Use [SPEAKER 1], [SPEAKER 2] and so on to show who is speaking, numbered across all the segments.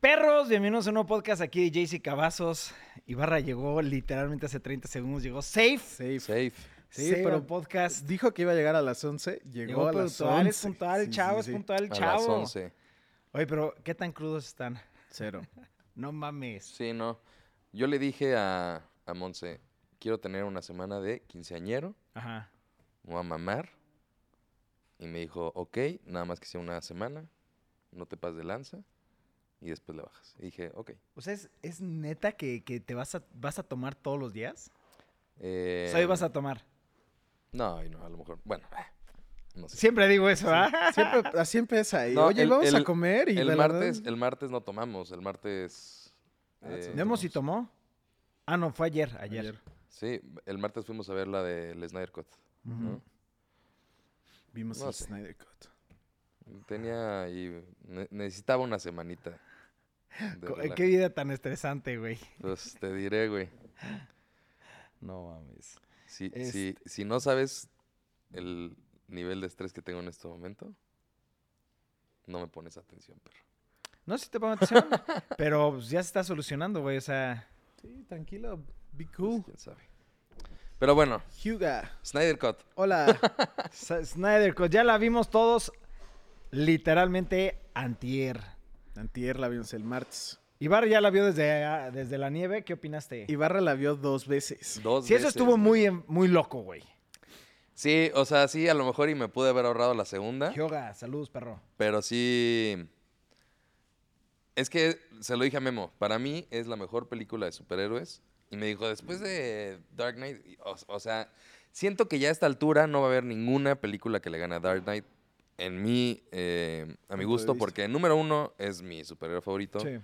[SPEAKER 1] Perros, bienvenidos a un nuevo podcast aquí de JC Cavazos. Ibarra llegó literalmente hace 30 segundos, llegó safe.
[SPEAKER 2] Safe.
[SPEAKER 3] Safe.
[SPEAKER 1] Sí,
[SPEAKER 2] Safe.
[SPEAKER 1] pero podcast.
[SPEAKER 2] Dijo que iba a llegar a las 11, llegó,
[SPEAKER 1] Llegó
[SPEAKER 2] a las
[SPEAKER 1] puntual,
[SPEAKER 2] 11.
[SPEAKER 1] es puntual,
[SPEAKER 2] Sí,
[SPEAKER 1] chavo,
[SPEAKER 2] sí,
[SPEAKER 1] es
[SPEAKER 2] sí.
[SPEAKER 1] puntual,
[SPEAKER 3] A
[SPEAKER 1] chavo.
[SPEAKER 3] las 11.
[SPEAKER 1] Oye, pero ¿qué tan crudos están?
[SPEAKER 2] Cero.
[SPEAKER 1] No mames.
[SPEAKER 3] Sí, no. Yo le dije a, a Monse, quiero tener una semana de quinceañero,
[SPEAKER 1] Ajá.
[SPEAKER 3] me voy a mamar. Y me dijo, ok, nada más que sea una semana, no te pases de lanza y después le bajas. Y dije, ok.
[SPEAKER 1] O sea, ¿es, es neta que, que te vas a, vas a tomar todos los días?
[SPEAKER 3] Eh,
[SPEAKER 1] O sea, hoy vas a tomar.
[SPEAKER 3] No, hoy no, a lo mejor. Bueno, ah, no sé.
[SPEAKER 1] Siempre digo eso, ¿ah?
[SPEAKER 2] Siempre, así empieza ahí.
[SPEAKER 3] No,
[SPEAKER 2] Oye,
[SPEAKER 3] el-
[SPEAKER 2] vamos a
[SPEAKER 3] el-
[SPEAKER 2] comer y
[SPEAKER 3] el,
[SPEAKER 2] la
[SPEAKER 3] martes,
[SPEAKER 2] verdad-
[SPEAKER 3] el martes no tomamos, el martes... eh,
[SPEAKER 1] Vemos si tomó. Ah, no, fue ayer, ayer.
[SPEAKER 2] Ayer.
[SPEAKER 3] Sí, el martes fuimos a ver la del Snyder Cut. ¿no?
[SPEAKER 1] Ujú.
[SPEAKER 2] vimos
[SPEAKER 3] no
[SPEAKER 2] el
[SPEAKER 3] sé.
[SPEAKER 2] Snyder Cut.
[SPEAKER 3] Tenía y necesitaba una semanita. de
[SPEAKER 1] Co-
[SPEAKER 3] relajo.
[SPEAKER 1] Qué vida tan estresante, güey.
[SPEAKER 3] Pues te diré, güey.
[SPEAKER 1] No mames.
[SPEAKER 3] Si, si,
[SPEAKER 1] Este-
[SPEAKER 3] si no sabes el nivel de estrés que tengo en este momento, no me pones atención, perro.
[SPEAKER 1] No sé si te pongo atención, pero pues, ya se está solucionando, güey. O sea,
[SPEAKER 2] Sí, tranquilo, be
[SPEAKER 3] Pues,
[SPEAKER 2] cool.
[SPEAKER 3] quién sabe. Pero bueno,
[SPEAKER 2] Hyuga,
[SPEAKER 3] Snyder Cut.
[SPEAKER 2] hola.
[SPEAKER 1] Sa- Snyder Cut, ya la vimos todos literalmente antier.
[SPEAKER 2] Antier la vimos el martes.
[SPEAKER 1] Ibar ya la vio desde, ah, desde la nieve, ¿qué opinaste?
[SPEAKER 2] Ibarra la vio dos veces.
[SPEAKER 3] Dos
[SPEAKER 1] Sí, eso
[SPEAKER 3] veces,
[SPEAKER 1] estuvo
[SPEAKER 3] güey.
[SPEAKER 1] muy, en- muy loco, güey.
[SPEAKER 3] Sí, o sea, sí, a lo mejor y me pude haber ahorrado la segunda.
[SPEAKER 1] Yoga, saludos, perro.
[SPEAKER 3] Pero sí. Es que se lo dije a Memo. Para mí es la mejor película de superhéroes. Y me dijo, después de Dark Knight. y- O, o sea, siento que ya a esta altura no va a haber ninguna película que le gane a Dark Knight. En mi. eh, a mi
[SPEAKER 2] de
[SPEAKER 3] gusto,
[SPEAKER 2] vista.
[SPEAKER 3] porque número uno es mi superhéroe favorito.
[SPEAKER 1] Sí.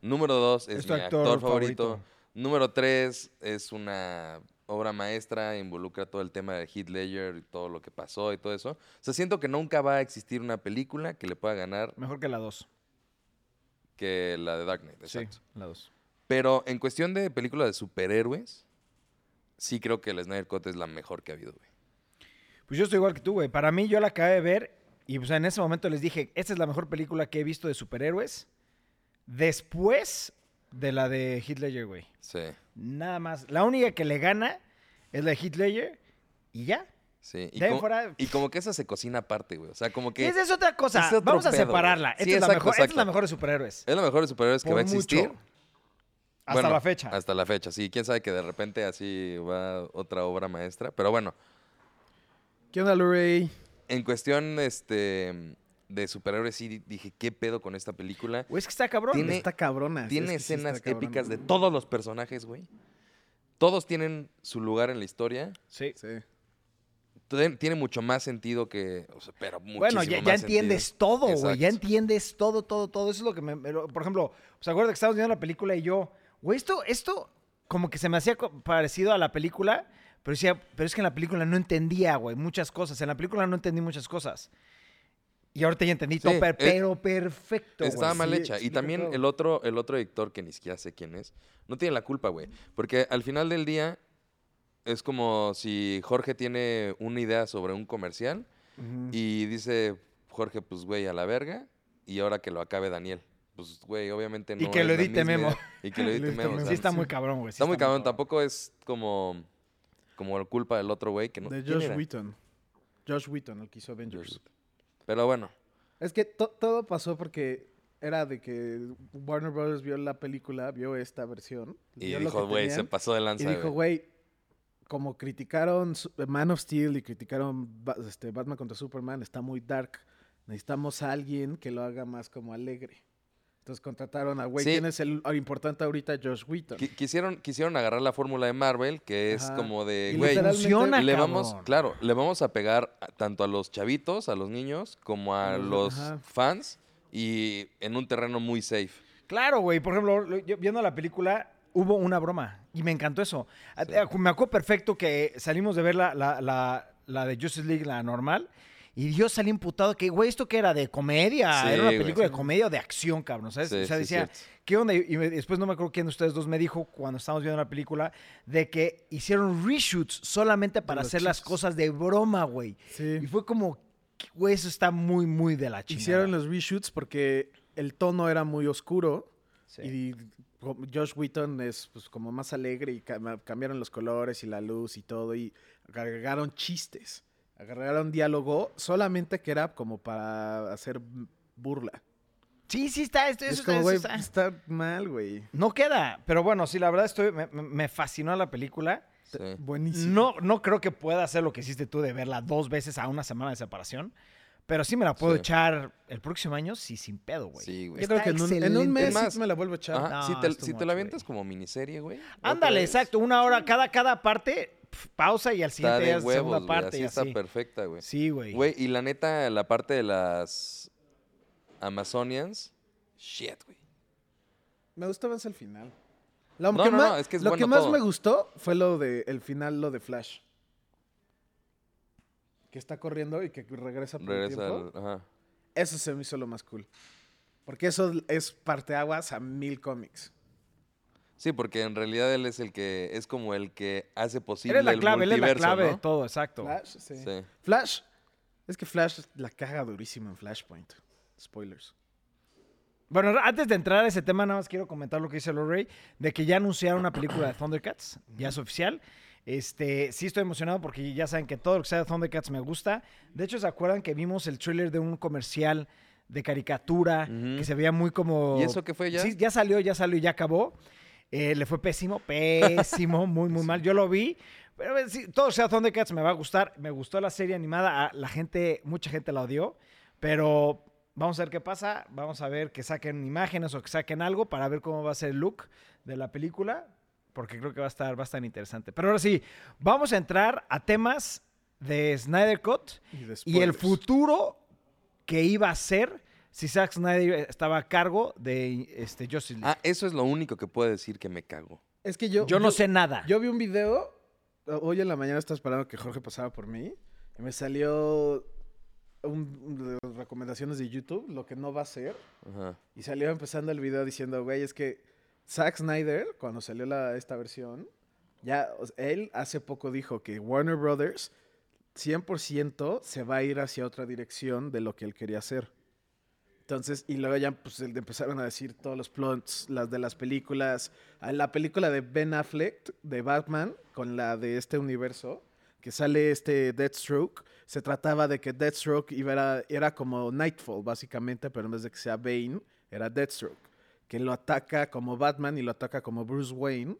[SPEAKER 3] Número dos es,
[SPEAKER 1] Es tu
[SPEAKER 3] mi
[SPEAKER 1] actor
[SPEAKER 3] actor,
[SPEAKER 1] favorito.
[SPEAKER 3] favorito. Número tres es una obra maestra, involucra todo el tema de Heath Ledger y todo lo que pasó y todo eso. O sea, siento que nunca va a existir una película que le pueda ganar
[SPEAKER 1] Mejor que la 2.
[SPEAKER 3] que la de Dark Knight. Exacto.
[SPEAKER 1] la 2.
[SPEAKER 3] Pero en cuestión de películas de superhéroes, sí creo que el Snyder Cut es la mejor que ha habido, güey.
[SPEAKER 1] Pues yo estoy igual que tú, güey. Para mí, yo la acabé de ver y pues, en ese momento les dije, esta es la mejor película que he visto de superhéroes después de la de Hitler, güey.
[SPEAKER 3] Sí,
[SPEAKER 1] Nada más. La única que le gana es la de Heath Ledger y ya.
[SPEAKER 3] sí. Y
[SPEAKER 1] De ahí
[SPEAKER 3] como,
[SPEAKER 1] fuera,
[SPEAKER 3] y como que esa se cocina aparte, güey. O sea, como que
[SPEAKER 1] Esa es otra cosa.
[SPEAKER 3] es otro
[SPEAKER 1] Vamos a
[SPEAKER 3] pedo, güey.
[SPEAKER 1] separarla. Esta,
[SPEAKER 3] Sí,
[SPEAKER 1] es la
[SPEAKER 3] exacto,
[SPEAKER 1] mejor, esta es la
[SPEAKER 3] exacto.
[SPEAKER 1] mejor de superhéroes.
[SPEAKER 3] es la mejor de superhéroes que
[SPEAKER 1] Por
[SPEAKER 3] va a
[SPEAKER 1] mucho.
[SPEAKER 3] existir.
[SPEAKER 1] Hasta
[SPEAKER 3] Bueno,
[SPEAKER 1] la fecha.
[SPEAKER 3] Hasta la fecha, sí. Quién sabe que de repente así va otra obra maestra. Pero bueno,
[SPEAKER 2] ¿Qué onda, Luray?
[SPEAKER 3] en cuestión este, de superhéroes, sí di- dije, ¿qué pedo con esta película?
[SPEAKER 1] Güey, es que está cabrón.
[SPEAKER 3] Tiene-
[SPEAKER 2] Está cabrona.
[SPEAKER 3] Tiene
[SPEAKER 2] es que sí está
[SPEAKER 3] escenas
[SPEAKER 2] cabrona.
[SPEAKER 3] épicas de todos los personajes, güey. Todos tienen su lugar en la historia.
[SPEAKER 1] Sí.
[SPEAKER 2] Sí.
[SPEAKER 3] Tien- Tiene mucho más sentido que. o sea, pero muchísimo
[SPEAKER 1] Bueno, ya, ya
[SPEAKER 3] más
[SPEAKER 1] entiendes
[SPEAKER 3] sentido.
[SPEAKER 1] todo, güey. Ya
[SPEAKER 3] Exacto.
[SPEAKER 1] entiendes todo, todo, todo. Eso es lo que me. me lo- por ejemplo, ¿se acuerda que estábamos viendo la película y yo, güey, esto, esto como que se me hacía co- parecido a la película, pero decía, pero es que en la película no entendía, güey, muchas cosas. En la película no entendí muchas cosas. Y ahorita ya entendí
[SPEAKER 3] Sí,
[SPEAKER 1] todo, per-
[SPEAKER 3] es-
[SPEAKER 1] pero perfecto, güey.
[SPEAKER 3] Estaba
[SPEAKER 2] Sí,
[SPEAKER 3] mal hecha. Y
[SPEAKER 2] explica
[SPEAKER 3] también
[SPEAKER 2] todo.
[SPEAKER 3] el otro, el otro editor, que ni siquiera sé quién es, no tiene la culpa, güey. Porque al final del día es como si Jorge tiene una idea sobre un comercial
[SPEAKER 2] Ujú.
[SPEAKER 3] y dice Jorge, pues güey, a la verga. Y ahora que lo acabe Daniel. Pues güey, obviamente no.
[SPEAKER 1] que
[SPEAKER 3] es
[SPEAKER 1] lo
[SPEAKER 3] la
[SPEAKER 1] edite
[SPEAKER 3] misma
[SPEAKER 1] Memo.
[SPEAKER 3] idea. Y que lo edite Memo. o sea,
[SPEAKER 1] Sí, está muy cabrón, güey. sí
[SPEAKER 3] está muy cabrón. Tampoco es como, como culpa del otro güey que no.
[SPEAKER 2] de
[SPEAKER 3] ¿quién
[SPEAKER 2] Josh
[SPEAKER 3] era?
[SPEAKER 2] Wheaton. Josh Wheaton, el que hizo Avengers.
[SPEAKER 3] Josh Whedon. Pero bueno,
[SPEAKER 2] Es que to- todo pasó porque era de que Warner Brothers vio la película, vio esta versión.
[SPEAKER 3] y
[SPEAKER 2] vio Pues lo
[SPEAKER 3] dijo,
[SPEAKER 2] que
[SPEAKER 3] güey, se
[SPEAKER 2] tenían,
[SPEAKER 3] pasó de
[SPEAKER 2] Y
[SPEAKER 3] lanza.
[SPEAKER 2] dijo,
[SPEAKER 3] güey.
[SPEAKER 2] güey, como criticaron su- Man of Steel y criticaron Ba- este, Batman contra Superman, está muy dark. Necesitamos a alguien que lo haga más como alegre. Entonces contrataron a, güey,
[SPEAKER 3] Sí.
[SPEAKER 2] ¿quién es el al importante ahorita? Josh Wheaton.
[SPEAKER 3] Qui- Quisieron, quisieron agarrar la fórmula de Marvel, que es
[SPEAKER 2] Ajá.
[SPEAKER 3] como de,
[SPEAKER 2] Y
[SPEAKER 3] güey,
[SPEAKER 2] literal-
[SPEAKER 1] Funciona,
[SPEAKER 3] le vamos,
[SPEAKER 1] cabrón.
[SPEAKER 3] claro, le vamos a pegar a- tanto a los chavitos, a los niños, como a
[SPEAKER 2] A los-
[SPEAKER 3] los
[SPEAKER 2] ajá.
[SPEAKER 3] fans, y en un terreno muy safe.
[SPEAKER 1] Claro, güey. Por ejemplo, lo- yo- viendo la película, hubo una broma. Y me encantó eso. A-
[SPEAKER 3] Sí.
[SPEAKER 1] a- Me acuerdo perfecto que salimos de ver la, la- la- la de Justice League, la normal. Y Dios salí imputado que, güey, ¿esto que era? ¿De comedia?
[SPEAKER 3] Sí,
[SPEAKER 1] ¿Era una
[SPEAKER 3] güey.
[SPEAKER 1] película de comedia o de acción, cabrón? ¿Sabes?
[SPEAKER 3] Sí,
[SPEAKER 1] o sea,
[SPEAKER 3] sí,
[SPEAKER 1] decía,
[SPEAKER 3] cierto.
[SPEAKER 1] ¿qué onda? Y me- después no me acuerdo quién de ustedes dos me dijo cuando estábamos viendo la película de que hicieron reshoots solamente para
[SPEAKER 2] los
[SPEAKER 1] hacer las
[SPEAKER 2] chistes.
[SPEAKER 1] cosas de broma, güey.
[SPEAKER 2] Sí.
[SPEAKER 1] Y fue como, güey, eso está muy, muy de la chingada.
[SPEAKER 2] Hicieron los reshoots porque el tono era muy oscuro
[SPEAKER 1] Sí.
[SPEAKER 2] Y como Josh Wheaton es pues, como más alegre y cam- cambiaron los colores y la luz y todo y agregaron chistes, agregaron diálogo solamente que era como para hacer burla.
[SPEAKER 1] Sí, sí está, esto,
[SPEAKER 2] Es
[SPEAKER 1] eso,
[SPEAKER 2] como,
[SPEAKER 1] eso
[SPEAKER 2] güey,
[SPEAKER 1] está.
[SPEAKER 2] está mal, güey.
[SPEAKER 1] No queda, pero bueno, sí, la verdad estoy, me, me- me fascinó la película.
[SPEAKER 3] Sí.
[SPEAKER 2] Buenísimo.
[SPEAKER 1] No, no creo que pueda hacer lo que hiciste tú de verla dos veces a una semana de separación, pero sí me la puedo
[SPEAKER 3] Sí.
[SPEAKER 1] echar el próximo año, sí, sin pedo, güey.
[SPEAKER 3] Sí, güey.
[SPEAKER 2] Yo creo
[SPEAKER 1] está
[SPEAKER 2] que en un, en un
[SPEAKER 1] excelente.
[SPEAKER 2] mes
[SPEAKER 3] Es más,
[SPEAKER 2] sí me la vuelvo a echar. Ah,
[SPEAKER 3] Ajá,
[SPEAKER 1] No,
[SPEAKER 3] si te,
[SPEAKER 1] es too
[SPEAKER 3] si te
[SPEAKER 1] much,
[SPEAKER 3] la avientas
[SPEAKER 1] güey.
[SPEAKER 3] como miniserie, güey.
[SPEAKER 1] Ándale,
[SPEAKER 3] otra vez,
[SPEAKER 1] exacto, una hora cada, cada parte, pf, pausa y al
[SPEAKER 3] Está
[SPEAKER 1] siguiente
[SPEAKER 3] de
[SPEAKER 1] día es la segunda
[SPEAKER 3] huevos, güey.
[SPEAKER 1] parte.
[SPEAKER 3] Así
[SPEAKER 1] y
[SPEAKER 3] está
[SPEAKER 1] así.
[SPEAKER 3] perfecta, güey.
[SPEAKER 1] Sí, güey.
[SPEAKER 3] Güey, y la neta, la parte de las Amazonians, shit, güey.
[SPEAKER 2] Me gustó más el final. Lo
[SPEAKER 3] No,
[SPEAKER 2] que
[SPEAKER 3] no,
[SPEAKER 2] más,
[SPEAKER 3] no, es que es
[SPEAKER 2] lo
[SPEAKER 3] bueno
[SPEAKER 2] que más
[SPEAKER 3] todo.
[SPEAKER 2] me gustó fue lo de el final, lo de Flash. Que está corriendo y que regresa por el
[SPEAKER 3] Regresa
[SPEAKER 2] tiempo.
[SPEAKER 3] al... Ajá.
[SPEAKER 2] Eso se me hizo lo más cool. Porque eso es parteaguas a mil cómics.
[SPEAKER 3] Sí, porque en realidad él es el que... Es como el que hace posible
[SPEAKER 1] Eres la clave,
[SPEAKER 3] el
[SPEAKER 1] él es la
[SPEAKER 3] multiverso,
[SPEAKER 1] clave de
[SPEAKER 3] ¿no?
[SPEAKER 1] todo, exacto.
[SPEAKER 2] Flash, sí.
[SPEAKER 3] Sí.
[SPEAKER 2] Flash. Es que Flash la caga durísimo en Flashpoint. Spoilers.
[SPEAKER 1] Bueno, antes de entrar a ese tema, nada más quiero comentar lo que dice Lorray, de que ya anunciaron una película de Thundercats, ya es oficial. Este, sí estoy emocionado porque ya saben que todo lo que sea de Thundercats me gusta. De hecho, ¿se acuerdan que vimos el thriller de un comercial de caricatura
[SPEAKER 3] Ujú.
[SPEAKER 1] que se veía muy como...
[SPEAKER 3] ¿Y eso qué fue ya?
[SPEAKER 1] Sí, ya salió, ya salió, ya acabó. Eh, le fue pésimo, pésimo, muy, muy mal. Yo lo vi. Pero eh, sí, todo sea Thundercats me va a gustar. Me gustó la serie animada. a la gente, mucha gente la odió. Pero vamos a ver qué pasa. Vamos a ver que saquen imágenes o que saquen algo para ver cómo va a ser el look de la película. Porque creo que va a estar bastante interesante. Pero ahora sí, vamos a entrar a temas de Snyder Cut
[SPEAKER 2] Y,
[SPEAKER 1] y
[SPEAKER 2] de
[SPEAKER 1] el
[SPEAKER 2] spoilers.
[SPEAKER 1] futuro que iba a ser si Zack Snyder estaba a cargo de este, Justice League.
[SPEAKER 3] Ah, eso es lo único que puedo decir que me cago.
[SPEAKER 2] Es que yo.
[SPEAKER 1] yo no sé nada.
[SPEAKER 2] Yo vi un video. Hoy en la mañana estaba esperando que Jorge pasara por mí. Y me salió un, un de recomendaciones de YouTube, lo que no va a ser.
[SPEAKER 3] Ajá.
[SPEAKER 2] Y salió empezando el video diciendo, güey, es que Zack Snyder, cuando salió la, esta versión, ya o sea, él hace poco dijo que Warner Brothers 100% se va a ir hacia otra dirección de lo que él quería hacer. Entonces, y luego ya pues, el- empezaron a decir todos los plots, las de las películas, a la película de Ben Affleck, de Batman, con la de este universo, que sale este Deathstroke, se trataba de que Deathstroke iba a- era como Nightfall, básicamente, pero en vez de que sea Bane, era Deathstroke, que lo ataca como Batman y lo ataca como Bruce Wayne,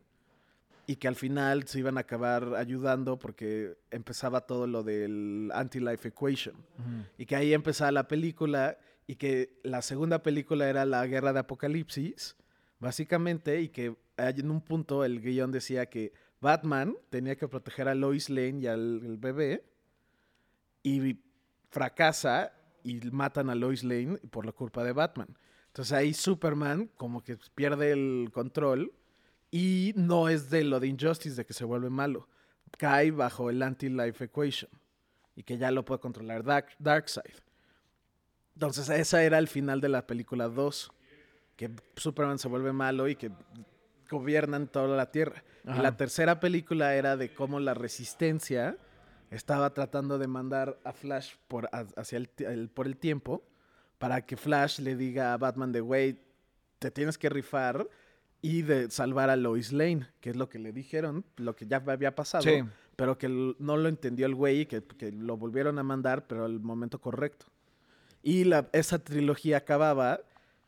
[SPEAKER 2] y que al final se iban a acabar ayudando porque empezaba todo lo del Anti-Life Equation
[SPEAKER 1] Ujú.
[SPEAKER 2] y que ahí empezaba la película y que la segunda película era la guerra de Apocalipsis, básicamente, y que hay- en un punto el guión decía que Batman tenía que proteger a Lois Lane y al el bebé y fracasa y matan a Lois Lane por la culpa de Batman. Entonces ahí Superman como que pierde el control y no es de lo de Injustice de que se vuelve malo. Cae bajo el anti-life equation y que ya lo puede controlar Dark, Darkseid. Entonces, esa era el final de la película 2, que Superman se vuelve malo y que gobiernan toda la Tierra. Y
[SPEAKER 1] Ajá.
[SPEAKER 2] la tercera película era de cómo la resistencia estaba tratando de mandar a Flash por, ha- hacia el, ti- el- por el tiempo para que Flash le diga a Batman de, güey, te tienes que rifar y de salvar a Lois Lane, que es lo que le dijeron, lo que ya había pasado
[SPEAKER 1] Sí.
[SPEAKER 2] pero que l- no lo entendió el güey y que, que lo volvieron a mandar, pero al momento correcto. Y la, esa trilogía acababa,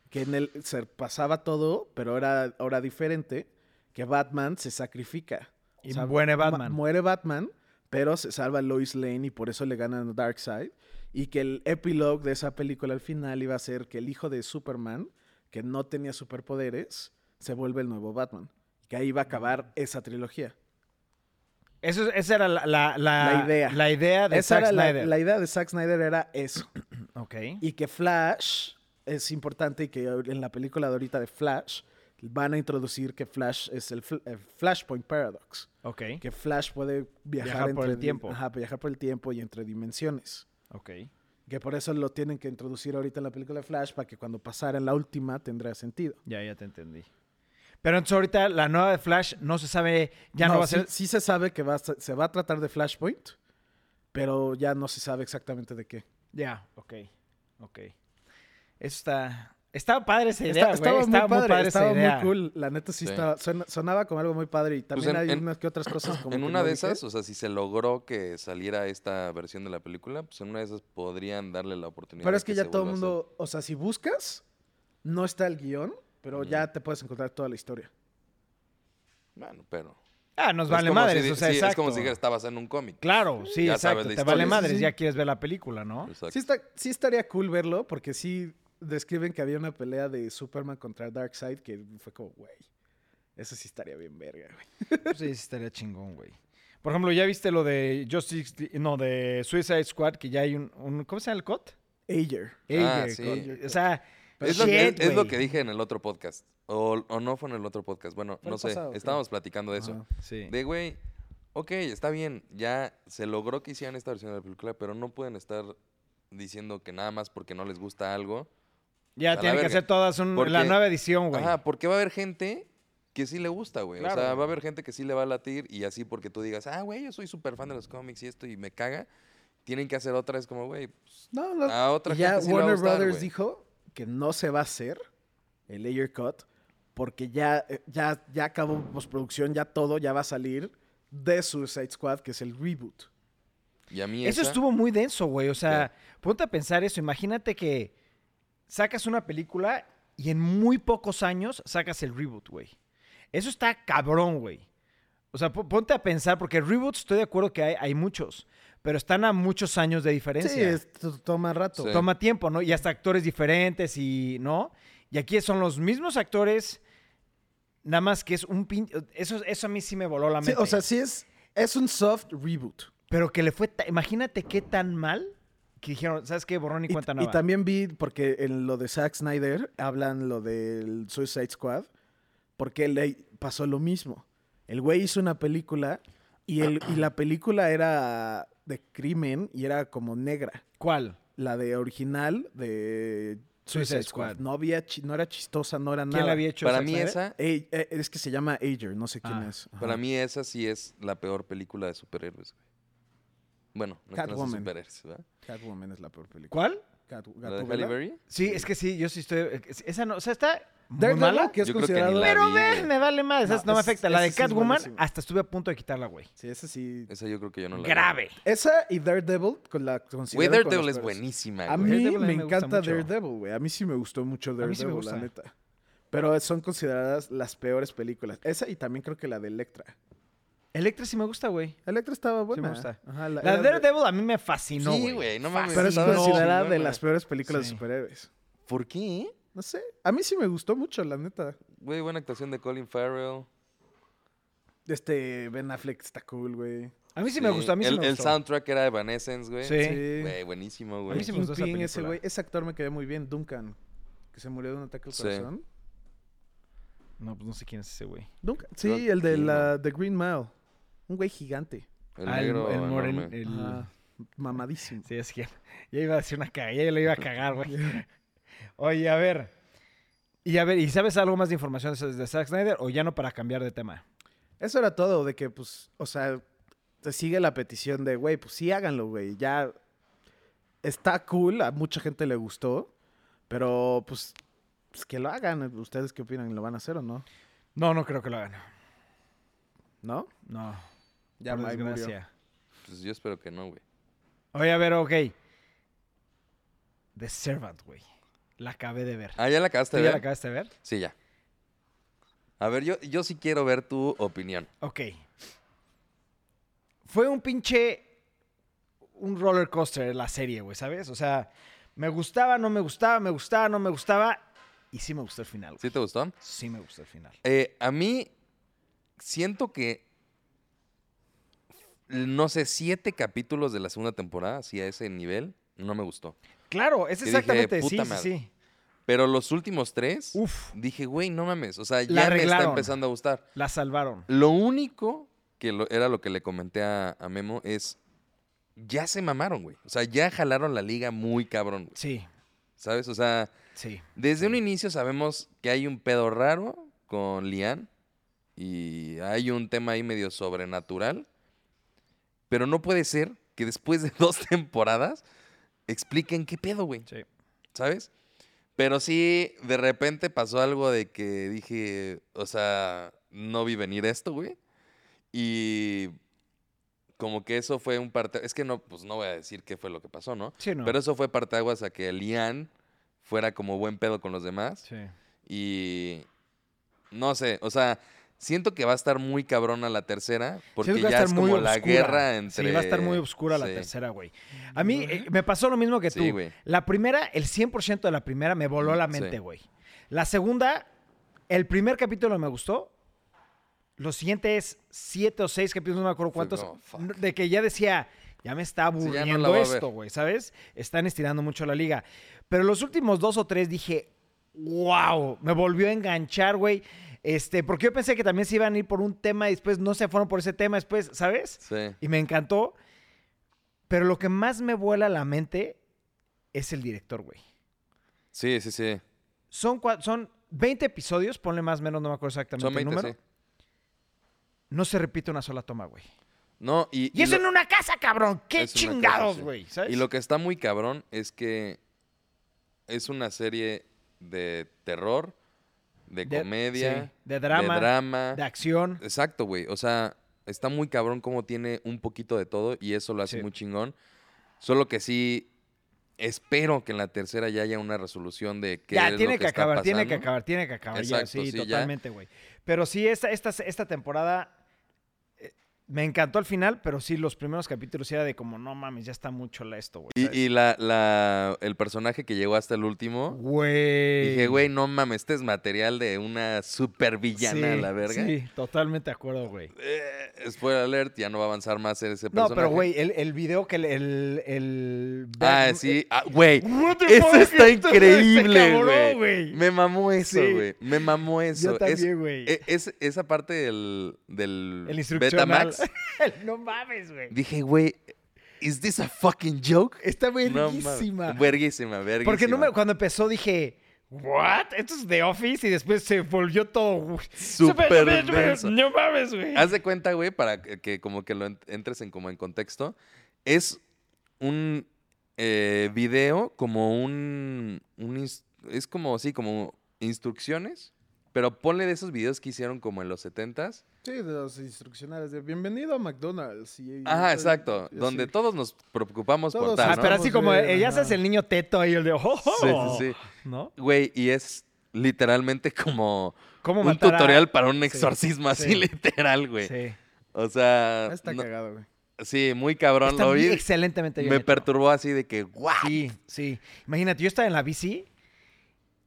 [SPEAKER 2] que en el, se pasaba todo, pero era ahora diferente, que Batman se sacrifica.
[SPEAKER 1] Y muere
[SPEAKER 2] ma-
[SPEAKER 1] Batman.
[SPEAKER 2] Muere Batman, pero se salva Lois Lane y por eso le ganan a Darkseid. Y que el epilogue de esa película al final iba a ser que el hijo de Superman, que no tenía superpoderes, se vuelve el nuevo Batman. Que ahí iba a
[SPEAKER 1] Mm.
[SPEAKER 2] acabar esa trilogía.
[SPEAKER 1] Eso, esa era la, la- la-
[SPEAKER 2] La idea.
[SPEAKER 1] la idea de
[SPEAKER 2] Esa
[SPEAKER 1] Zack
[SPEAKER 2] era la,
[SPEAKER 1] Snyder.
[SPEAKER 2] la idea de Zack Snyder era eso.
[SPEAKER 1] Ok.
[SPEAKER 2] Y que Flash es importante y que en la película de ahorita de Flash van a introducir que Flash es el fl- eh, Flashpoint Paradox.
[SPEAKER 1] Ok.
[SPEAKER 2] Que Flash puede viajar,
[SPEAKER 1] Viajar por
[SPEAKER 2] entre
[SPEAKER 1] el
[SPEAKER 2] di-
[SPEAKER 1] tiempo.
[SPEAKER 2] Ajá, viajar por el tiempo y entre dimensiones.
[SPEAKER 1] Ok.
[SPEAKER 2] Que por eso lo tienen que introducir ahorita en la película de Flash para que cuando pasara en la última tendrá sentido.
[SPEAKER 1] Ya, ya te entendí. Pero entonces ahorita la nueva de Flash no se sabe, ya no, va a
[SPEAKER 2] sí-
[SPEAKER 1] ser.
[SPEAKER 2] Sí se sabe que va a sa- se va a tratar de Flashpoint, pero ya no se sabe exactamente de qué.
[SPEAKER 1] Ya, ok. Ok. Eso está, Estaba padre esa idea,
[SPEAKER 2] Está-
[SPEAKER 1] güey.
[SPEAKER 2] estaba muy padre, estaba
[SPEAKER 1] esa idea.
[SPEAKER 2] muy cool. La neta sí,
[SPEAKER 3] Sí. Pues
[SPEAKER 2] estaba, suena- sonaba como algo muy padre y también
[SPEAKER 3] en-
[SPEAKER 2] hay
[SPEAKER 3] en-
[SPEAKER 2] unas que otras cosas como
[SPEAKER 3] en
[SPEAKER 2] que
[SPEAKER 3] una
[SPEAKER 2] no
[SPEAKER 3] de
[SPEAKER 2] dije.
[SPEAKER 3] esas, o sea, si se logró que saliera esta versión de la película, pues en una de esas podrían darle la oportunidad.
[SPEAKER 2] Pero
[SPEAKER 3] de
[SPEAKER 2] es que ya
[SPEAKER 3] se
[SPEAKER 2] todo el
[SPEAKER 3] vuelva a hacer.
[SPEAKER 2] mundo, o sea, si buscas, no está el guión, pero
[SPEAKER 3] Ujú.
[SPEAKER 2] ya te puedes encontrar toda la historia.
[SPEAKER 3] Bueno, pero.
[SPEAKER 1] Ah, nos
[SPEAKER 3] Es
[SPEAKER 1] vale
[SPEAKER 3] como si
[SPEAKER 1] madres,
[SPEAKER 3] di-
[SPEAKER 1] o sea,
[SPEAKER 3] sí,
[SPEAKER 1] exacto.
[SPEAKER 3] Es como si dijera, está basado en un cómic.
[SPEAKER 1] Claro, sí,
[SPEAKER 3] Ya
[SPEAKER 1] exacto.
[SPEAKER 3] sabes la
[SPEAKER 1] Te
[SPEAKER 3] historia.
[SPEAKER 1] vale
[SPEAKER 3] Sí,
[SPEAKER 1] madres,
[SPEAKER 2] sí.
[SPEAKER 1] ya quieres ver la película, ¿no?
[SPEAKER 3] Exacto.
[SPEAKER 2] Sí, está, sí estaría cool verlo porque sí describen que había una pelea de Superman contra Darkseid que fue como, güey, eso sí estaría bien verga, güey.
[SPEAKER 3] Pues
[SPEAKER 1] Sí, sí estaría chingón, güey. Por ejemplo, ¿ya viste lo de Justice, League- no, de Suicide Squad, que ya hay un, un- ¿cómo se llama el COT?
[SPEAKER 2] Ayer.
[SPEAKER 3] Ah,
[SPEAKER 1] Ella,
[SPEAKER 3] sí.
[SPEAKER 1] con- O sea,
[SPEAKER 3] Es, lo que,
[SPEAKER 1] pues, shit,
[SPEAKER 3] es- es lo
[SPEAKER 1] güey.
[SPEAKER 3] que dije en el otro podcast. O, o no fue en el otro podcast. Bueno,
[SPEAKER 2] Fue el
[SPEAKER 3] no sé.
[SPEAKER 2] pasado, creo.
[SPEAKER 3] Estábamos platicando de eso.
[SPEAKER 2] Ajá.
[SPEAKER 1] Sí.
[SPEAKER 3] De, güey, ok, está bien. Ya se logró que hicieran esta versión de la película, pero no pueden estar diciendo que nada más porque no les gusta algo. a
[SPEAKER 1] Ya
[SPEAKER 3] la
[SPEAKER 1] tienen que
[SPEAKER 3] verga.
[SPEAKER 1] hacer todas un- la
[SPEAKER 3] Porque-
[SPEAKER 1] nueva edición, güey.
[SPEAKER 3] Ajá, porque va a haber gente que sí le gusta, güey. O sea,
[SPEAKER 1] Claro.
[SPEAKER 3] va a haber gente que sí le va a latir y así porque tú digas, ah, güey, yo soy súper fan de los cómics y esto y me caga. Tienen que hacer otra. Es como, güey, pues,
[SPEAKER 2] No, no.
[SPEAKER 3] a otra
[SPEAKER 2] Y ya
[SPEAKER 3] gente sí le va a
[SPEAKER 2] Warner
[SPEAKER 3] gustar,
[SPEAKER 2] Brothers
[SPEAKER 3] güey.
[SPEAKER 2] dijo que no se va a hacer el Ayer Cut porque ya, eh, ya, ya acabó postproducción, ya todo, ya va a salir de Suicide Squad, que es el reboot.
[SPEAKER 3] Y a mí
[SPEAKER 1] Eso
[SPEAKER 3] esa-
[SPEAKER 1] estuvo muy denso, güey. O sea, ponte a pensar eso. Imagínate que sacas una película y en muy pocos años sacas el reboot, güey. Eso está cabrón, güey. O sea, po- ponte a pensar, porque reboots estoy de acuerdo que hay, hay muchos, pero están a muchos años de diferencia.
[SPEAKER 2] Sí, es- to- toma rato.
[SPEAKER 3] Sí.
[SPEAKER 1] Toma tiempo, ¿no? Y hasta actores diferentes y, ¿no? Y aquí son los mismos actores, nada más que es un pin... Eso, eso a mí sí me voló la
[SPEAKER 2] Sí,
[SPEAKER 1] mente.
[SPEAKER 2] o sea, sí es, es un soft reboot.
[SPEAKER 1] Pero que le fue... ta- Imagínate qué tan mal que dijeron, ¿sabes qué? Borrón y
[SPEAKER 2] Y,
[SPEAKER 1] cuenta
[SPEAKER 2] y
[SPEAKER 1] nueva.
[SPEAKER 2] también vi, porque en lo de Zack Snyder hablan lo del Suicide Squad, porque le pasó lo mismo. El güey hizo una película y, el, y la película era de crimen y era como negra.
[SPEAKER 1] ¿Cuál?
[SPEAKER 2] La de original de Suicide,
[SPEAKER 1] Suicide
[SPEAKER 2] Squad.
[SPEAKER 1] Squad.
[SPEAKER 2] No, había chi- no era chistosa, no era nada.
[SPEAKER 1] ¿Quién la había hecho?
[SPEAKER 3] Para
[SPEAKER 1] Zack
[SPEAKER 3] mí
[SPEAKER 1] Snyder?
[SPEAKER 3] esa,
[SPEAKER 2] Ey, eh, es que se llama Ager, no sé quién
[SPEAKER 1] Ah,
[SPEAKER 2] es. Ajá.
[SPEAKER 3] para mí esa sí es la peor película de superhéroes, güey. Bueno, no es que no son
[SPEAKER 2] Catwoman.
[SPEAKER 3] superhéroes, ¿verdad?
[SPEAKER 2] Catwoman es la peor película.
[SPEAKER 1] ¿Cuál?
[SPEAKER 2] Cat-
[SPEAKER 3] ¿La de
[SPEAKER 2] Gatúbela.
[SPEAKER 3] Halle Berry?
[SPEAKER 1] Sí, es que sí, yo sí estoy... Esa no, o sea, está muy
[SPEAKER 2] Daredevil,
[SPEAKER 1] mala.
[SPEAKER 2] que es
[SPEAKER 3] Yo creo que ni
[SPEAKER 2] considerado...
[SPEAKER 3] la-
[SPEAKER 1] Pero
[SPEAKER 3] vi,
[SPEAKER 1] ve,
[SPEAKER 3] güey.
[SPEAKER 1] me vale más. Esa
[SPEAKER 2] No,
[SPEAKER 1] no me
[SPEAKER 2] es-
[SPEAKER 1] afecta. La de
[SPEAKER 2] esa sí es
[SPEAKER 1] Catwoman,
[SPEAKER 2] buenísima.
[SPEAKER 1] hasta estuve a punto de quitarla, güey.
[SPEAKER 2] Sí, esa sí.
[SPEAKER 3] Esa yo creo que yo no la vi.
[SPEAKER 1] Grave.
[SPEAKER 2] Esa y Daredevil con la
[SPEAKER 3] Güey,
[SPEAKER 2] considero con
[SPEAKER 3] Daredevil
[SPEAKER 2] las
[SPEAKER 3] es
[SPEAKER 2] peores.
[SPEAKER 3] buenísima,
[SPEAKER 2] A
[SPEAKER 3] güey.
[SPEAKER 2] mí
[SPEAKER 1] Daredevil a
[SPEAKER 2] me
[SPEAKER 1] mí me gusta
[SPEAKER 2] encanta
[SPEAKER 1] mucho.
[SPEAKER 2] Daredevil, güey. A mí sí me gustó mucho
[SPEAKER 1] mí sí me
[SPEAKER 2] Daredevil, la
[SPEAKER 1] gusta.
[SPEAKER 2] neta. Pero son consideradas las peores películas. Esa y también creo que la de Electra.
[SPEAKER 1] Electra sí me gusta, güey.
[SPEAKER 2] Electra estaba buena.
[SPEAKER 1] gusta.
[SPEAKER 2] Ajá,
[SPEAKER 1] La
[SPEAKER 2] era
[SPEAKER 1] de
[SPEAKER 2] de-
[SPEAKER 1] Daredevil a mí me fascinó,
[SPEAKER 3] Sí, güey, no
[SPEAKER 1] Pues
[SPEAKER 3] mames.
[SPEAKER 2] Pero es
[SPEAKER 3] estaba
[SPEAKER 2] considerada
[SPEAKER 3] chingona.
[SPEAKER 2] de las peores películas
[SPEAKER 1] Sí.
[SPEAKER 2] de superhéroes.
[SPEAKER 3] ¿Por qué?
[SPEAKER 2] No sé. A mí sí me gustó mucho, la neta.
[SPEAKER 3] Güey, buena actuación de Colin Farrell.
[SPEAKER 2] Este Ben Affleck está cool, güey.
[SPEAKER 1] A mí sí, me gustó, a mí sí
[SPEAKER 3] el,
[SPEAKER 1] me
[SPEAKER 3] el
[SPEAKER 1] gustó.
[SPEAKER 3] soundtrack era Evanescence, güey.
[SPEAKER 1] Sí.
[SPEAKER 3] Güey, buenísimo,
[SPEAKER 2] A
[SPEAKER 3] güey.
[SPEAKER 2] mí
[SPEAKER 1] sí
[SPEAKER 2] sí
[SPEAKER 1] me gustó esa
[SPEAKER 2] ese
[SPEAKER 1] película.
[SPEAKER 2] güey. Ese actor me quedó muy bien, Duncan. Que se murió de un ataque al
[SPEAKER 3] Sí.
[SPEAKER 2] corazón.
[SPEAKER 1] No, pues no sé quién es ese güey.
[SPEAKER 2] Duncan.
[SPEAKER 3] Creo
[SPEAKER 2] Sí, el de
[SPEAKER 3] que
[SPEAKER 2] la The Green Mile. Un güey gigante.
[SPEAKER 3] El
[SPEAKER 1] Ah,
[SPEAKER 3] negro.
[SPEAKER 1] el morel-
[SPEAKER 3] enorme.
[SPEAKER 1] el-
[SPEAKER 2] Ajá, Mamadísimo.
[SPEAKER 1] Sí, es que ya iba a decir una cagada, ya le iba a cagar, güey. Oye, a ver. Y a ver, ¿y sabes algo más de información de de Zack Snyder o ya no para cambiar de tema?
[SPEAKER 2] Eso era todo, de que, pues, o sea, te sigue la petición de, güey, pues sí háganlo, güey. Ya está cool, a mucha gente le gustó, pero pues, pues, que lo hagan. ¿Ustedes qué opinan? ¿Lo van a hacer o no?
[SPEAKER 1] No, no creo que lo hagan.
[SPEAKER 2] ¿No?
[SPEAKER 1] No,
[SPEAKER 2] Ya
[SPEAKER 1] por
[SPEAKER 2] Mike murió.
[SPEAKER 1] desgracia.
[SPEAKER 3] Pues yo espero que no, güey.
[SPEAKER 1] Oye, a ver, ok. The Servant, güey. La acabé de ver.
[SPEAKER 3] Ah, ¿ya la
[SPEAKER 1] ¿Tú
[SPEAKER 3] acabaste de
[SPEAKER 1] ya
[SPEAKER 3] ver?
[SPEAKER 1] la acabaste de ver?
[SPEAKER 3] Sí, ya. A ver, yo, yo sí quiero ver tu opinión.
[SPEAKER 1] Ok. Fue un pinche. Un roller coaster la serie, güey, ¿sabes? O sea, me gustaba, no me gustaba, me gustaba, no me gustaba. Y sí me gustó el final, güey.
[SPEAKER 3] ¿Sí te gustó?
[SPEAKER 1] Sí me gustó el final.
[SPEAKER 3] Eh, a mí siento que, no sé, siete capítulos de la segunda temporada, así a ese nivel, no me gustó.
[SPEAKER 1] Claro, es
[SPEAKER 3] Que dije,
[SPEAKER 1] exactamente. sí,
[SPEAKER 3] "Puta
[SPEAKER 1] sí,
[SPEAKER 3] madre".
[SPEAKER 1] sí.
[SPEAKER 3] Pero los últimos tres,
[SPEAKER 1] Uf,
[SPEAKER 3] dije, güey, no mames. O sea,
[SPEAKER 1] La
[SPEAKER 3] ya me está
[SPEAKER 1] arreglaron.
[SPEAKER 3] empezando a gustar.
[SPEAKER 1] la salvaron.
[SPEAKER 3] Lo único que lo- era lo que le comenté a, a Memo es, ya se mamaron, güey. O sea, ya jalaron la liga muy cabrón, güey.
[SPEAKER 1] Sí,
[SPEAKER 3] ¿Sabes? O sea,
[SPEAKER 1] sí.
[SPEAKER 3] desde un inicio sabemos que hay un pedo raro con Lian y hay un tema ahí medio sobrenatural. Pero no puede ser que después de dos temporadas expliquen qué pedo, güey.
[SPEAKER 1] Sí.
[SPEAKER 3] ¿Sabes? Pero sí, de repente pasó algo de que dije, o sea, no vi venir esto, güey. Y como que eso fue un parte... Es que no, pues no voy a decir qué fue lo que pasó, ¿no?
[SPEAKER 1] Sí, no.
[SPEAKER 3] Pero eso fue parteaguas a que Lian fuera como buen pedo con los demás.
[SPEAKER 1] Sí.
[SPEAKER 3] Y no sé, o sea, siento que va a estar muy cabrona la tercera, porque
[SPEAKER 1] Siento que va a
[SPEAKER 3] ya
[SPEAKER 1] estar
[SPEAKER 3] es
[SPEAKER 1] muy
[SPEAKER 3] como la
[SPEAKER 1] obscura.
[SPEAKER 3] guerra entre...
[SPEAKER 1] Sí, va a estar muy oscura la
[SPEAKER 3] Sí.
[SPEAKER 1] tercera, güey. A mí eh, me pasó lo mismo que
[SPEAKER 3] Sí,
[SPEAKER 1] tú.
[SPEAKER 3] güey.
[SPEAKER 1] La primera, el 100% de la primera me voló la
[SPEAKER 3] Sí.
[SPEAKER 1] mente, güey. La segunda, el primer capítulo me gustó. Los siguientes siete o seis capítulos, no me acuerdo
[SPEAKER 3] Fue
[SPEAKER 1] cuántos,
[SPEAKER 3] como, fuck.
[SPEAKER 1] de que ya decía, ya me está
[SPEAKER 3] Sí, ya no la
[SPEAKER 1] aburriendo
[SPEAKER 3] voy a
[SPEAKER 1] esto,
[SPEAKER 3] ver.
[SPEAKER 1] güey, ¿sabes? Están estirando mucho la liga. Pero los últimos dos o tres dije, wow, me volvió a enganchar, güey. Este, porque yo pensé que también se iban a ir por un tema y después no se fueron por ese tema, después, ¿sabes?
[SPEAKER 3] Sí.
[SPEAKER 1] y me encantó. Pero lo que más me vuela la mente es el director, güey.
[SPEAKER 3] sí, sí, sí.
[SPEAKER 1] Son, cua- son 20 episodios, ponle más o menos, no me acuerdo exactamente
[SPEAKER 3] Son 20,
[SPEAKER 1] el número.
[SPEAKER 3] sí.
[SPEAKER 1] No se repite una sola toma, güey.
[SPEAKER 3] No, y...
[SPEAKER 1] Y,
[SPEAKER 3] y
[SPEAKER 1] eso
[SPEAKER 3] lo-
[SPEAKER 1] en una casa, cabrón. ¡Qué
[SPEAKER 3] Es una cosa,
[SPEAKER 1] chingados,
[SPEAKER 3] sí.
[SPEAKER 1] güey! ¿Sabes?
[SPEAKER 3] Y lo que está muy cabrón es que es una serie de terror, de,
[SPEAKER 1] De-
[SPEAKER 3] comedia,
[SPEAKER 1] sí, de drama,
[SPEAKER 3] de drama.
[SPEAKER 1] De acción.
[SPEAKER 3] Exacto, güey. O sea, está muy cabrón cómo tiene un poquito de todo y eso lo hace
[SPEAKER 1] Sí.
[SPEAKER 3] muy chingón. Solo que sí, espero que en la tercera ya haya una resolución de qué es
[SPEAKER 1] Ya,
[SPEAKER 3] lo
[SPEAKER 1] tiene que,
[SPEAKER 3] está
[SPEAKER 1] acabar, tiene que
[SPEAKER 3] pasando.
[SPEAKER 1] acabar, tiene que acabar. ya,
[SPEAKER 3] Exacto,
[SPEAKER 1] sí,
[SPEAKER 3] sí, ya.
[SPEAKER 1] totalmente, güey. Pero sí, esta, esta, esta temporada eh, me encantó al final, pero sí, los primeros capítulos era de como, no mames, ya está mucho la esto, güey.
[SPEAKER 3] Y,
[SPEAKER 1] ¿sabes?
[SPEAKER 3] y la, la- el personaje que llegó hasta el último,
[SPEAKER 1] Güey.
[SPEAKER 3] dije, güey, no mames, este es material de una supervillana a
[SPEAKER 1] Sí,
[SPEAKER 3] la verga.
[SPEAKER 1] Sí, totalmente de acuerdo, güey.
[SPEAKER 3] Eh, spoiler alert, ya no va a avanzar más ese
[SPEAKER 1] No,
[SPEAKER 3] personaje.
[SPEAKER 1] pero güey, el, el video que el. el, el-
[SPEAKER 3] Ah,
[SPEAKER 1] Black-
[SPEAKER 3] sí. ah, Güey,
[SPEAKER 1] What the
[SPEAKER 3] eso
[SPEAKER 1] fuck,
[SPEAKER 3] está
[SPEAKER 1] esto se
[SPEAKER 3] increíble,
[SPEAKER 1] cabrón,
[SPEAKER 3] güey.
[SPEAKER 1] güey.
[SPEAKER 3] Me mamó eso,
[SPEAKER 1] Sí.
[SPEAKER 3] güey. Me mamó eso.
[SPEAKER 1] Yo
[SPEAKER 3] Es-
[SPEAKER 1] también, güey.
[SPEAKER 3] e- es, esa parte del, del
[SPEAKER 1] el instruccional.
[SPEAKER 3] Betamax,
[SPEAKER 1] El- no mames, güey.
[SPEAKER 3] dije, güey, ¿is this a fucking joke?
[SPEAKER 1] Está
[SPEAKER 3] No mames.
[SPEAKER 1] verguísima.
[SPEAKER 3] verguísima, verguísima.
[SPEAKER 1] Porque no me- cuando empezó dije, ¿what? Esto es The Office y después se volvió todo. güey.
[SPEAKER 3] Súper
[SPEAKER 1] Súper-
[SPEAKER 3] denso.
[SPEAKER 1] No mames, güey.
[SPEAKER 3] Haz de cuenta, güey, para que, que como que lo en- entres en como en contexto. Es un eh, video como un, un ins- es como sí, como instrucciones, pero ponle de esos videos que hicieron como en los 70s.
[SPEAKER 2] Sí, de los instruccionales de bienvenido a McDonald's. y-
[SPEAKER 3] Ajá,
[SPEAKER 2] y-
[SPEAKER 3] exacto,
[SPEAKER 2] y-
[SPEAKER 3] donde
[SPEAKER 2] sí.
[SPEAKER 3] todos nos preocupamos por
[SPEAKER 2] Todos
[SPEAKER 1] Ah,
[SPEAKER 3] tal,
[SPEAKER 2] nos
[SPEAKER 1] pero
[SPEAKER 3] ¿no?
[SPEAKER 1] así como,
[SPEAKER 2] Vamos,
[SPEAKER 1] eh, ya
[SPEAKER 2] ajá.
[SPEAKER 1] sabes, el niño teto ahí, el de, oh,
[SPEAKER 3] Sí, sí, sí.
[SPEAKER 1] ¿no?
[SPEAKER 3] Güey, y es literalmente como
[SPEAKER 1] ¿Cómo
[SPEAKER 3] un
[SPEAKER 1] matar a-
[SPEAKER 3] tutorial para un exorcismo así
[SPEAKER 1] sí.
[SPEAKER 3] literal, güey.
[SPEAKER 1] Sí.
[SPEAKER 3] O sea,
[SPEAKER 2] Está
[SPEAKER 3] no-
[SPEAKER 2] cagado, güey.
[SPEAKER 3] sí, muy cabrón
[SPEAKER 1] Está
[SPEAKER 3] lo vi.
[SPEAKER 1] bien- excelentemente bien
[SPEAKER 3] Me
[SPEAKER 1] hecho.
[SPEAKER 3] perturbó así de que, guau.
[SPEAKER 1] Sí, sí. Imagínate, yo estaba en la bici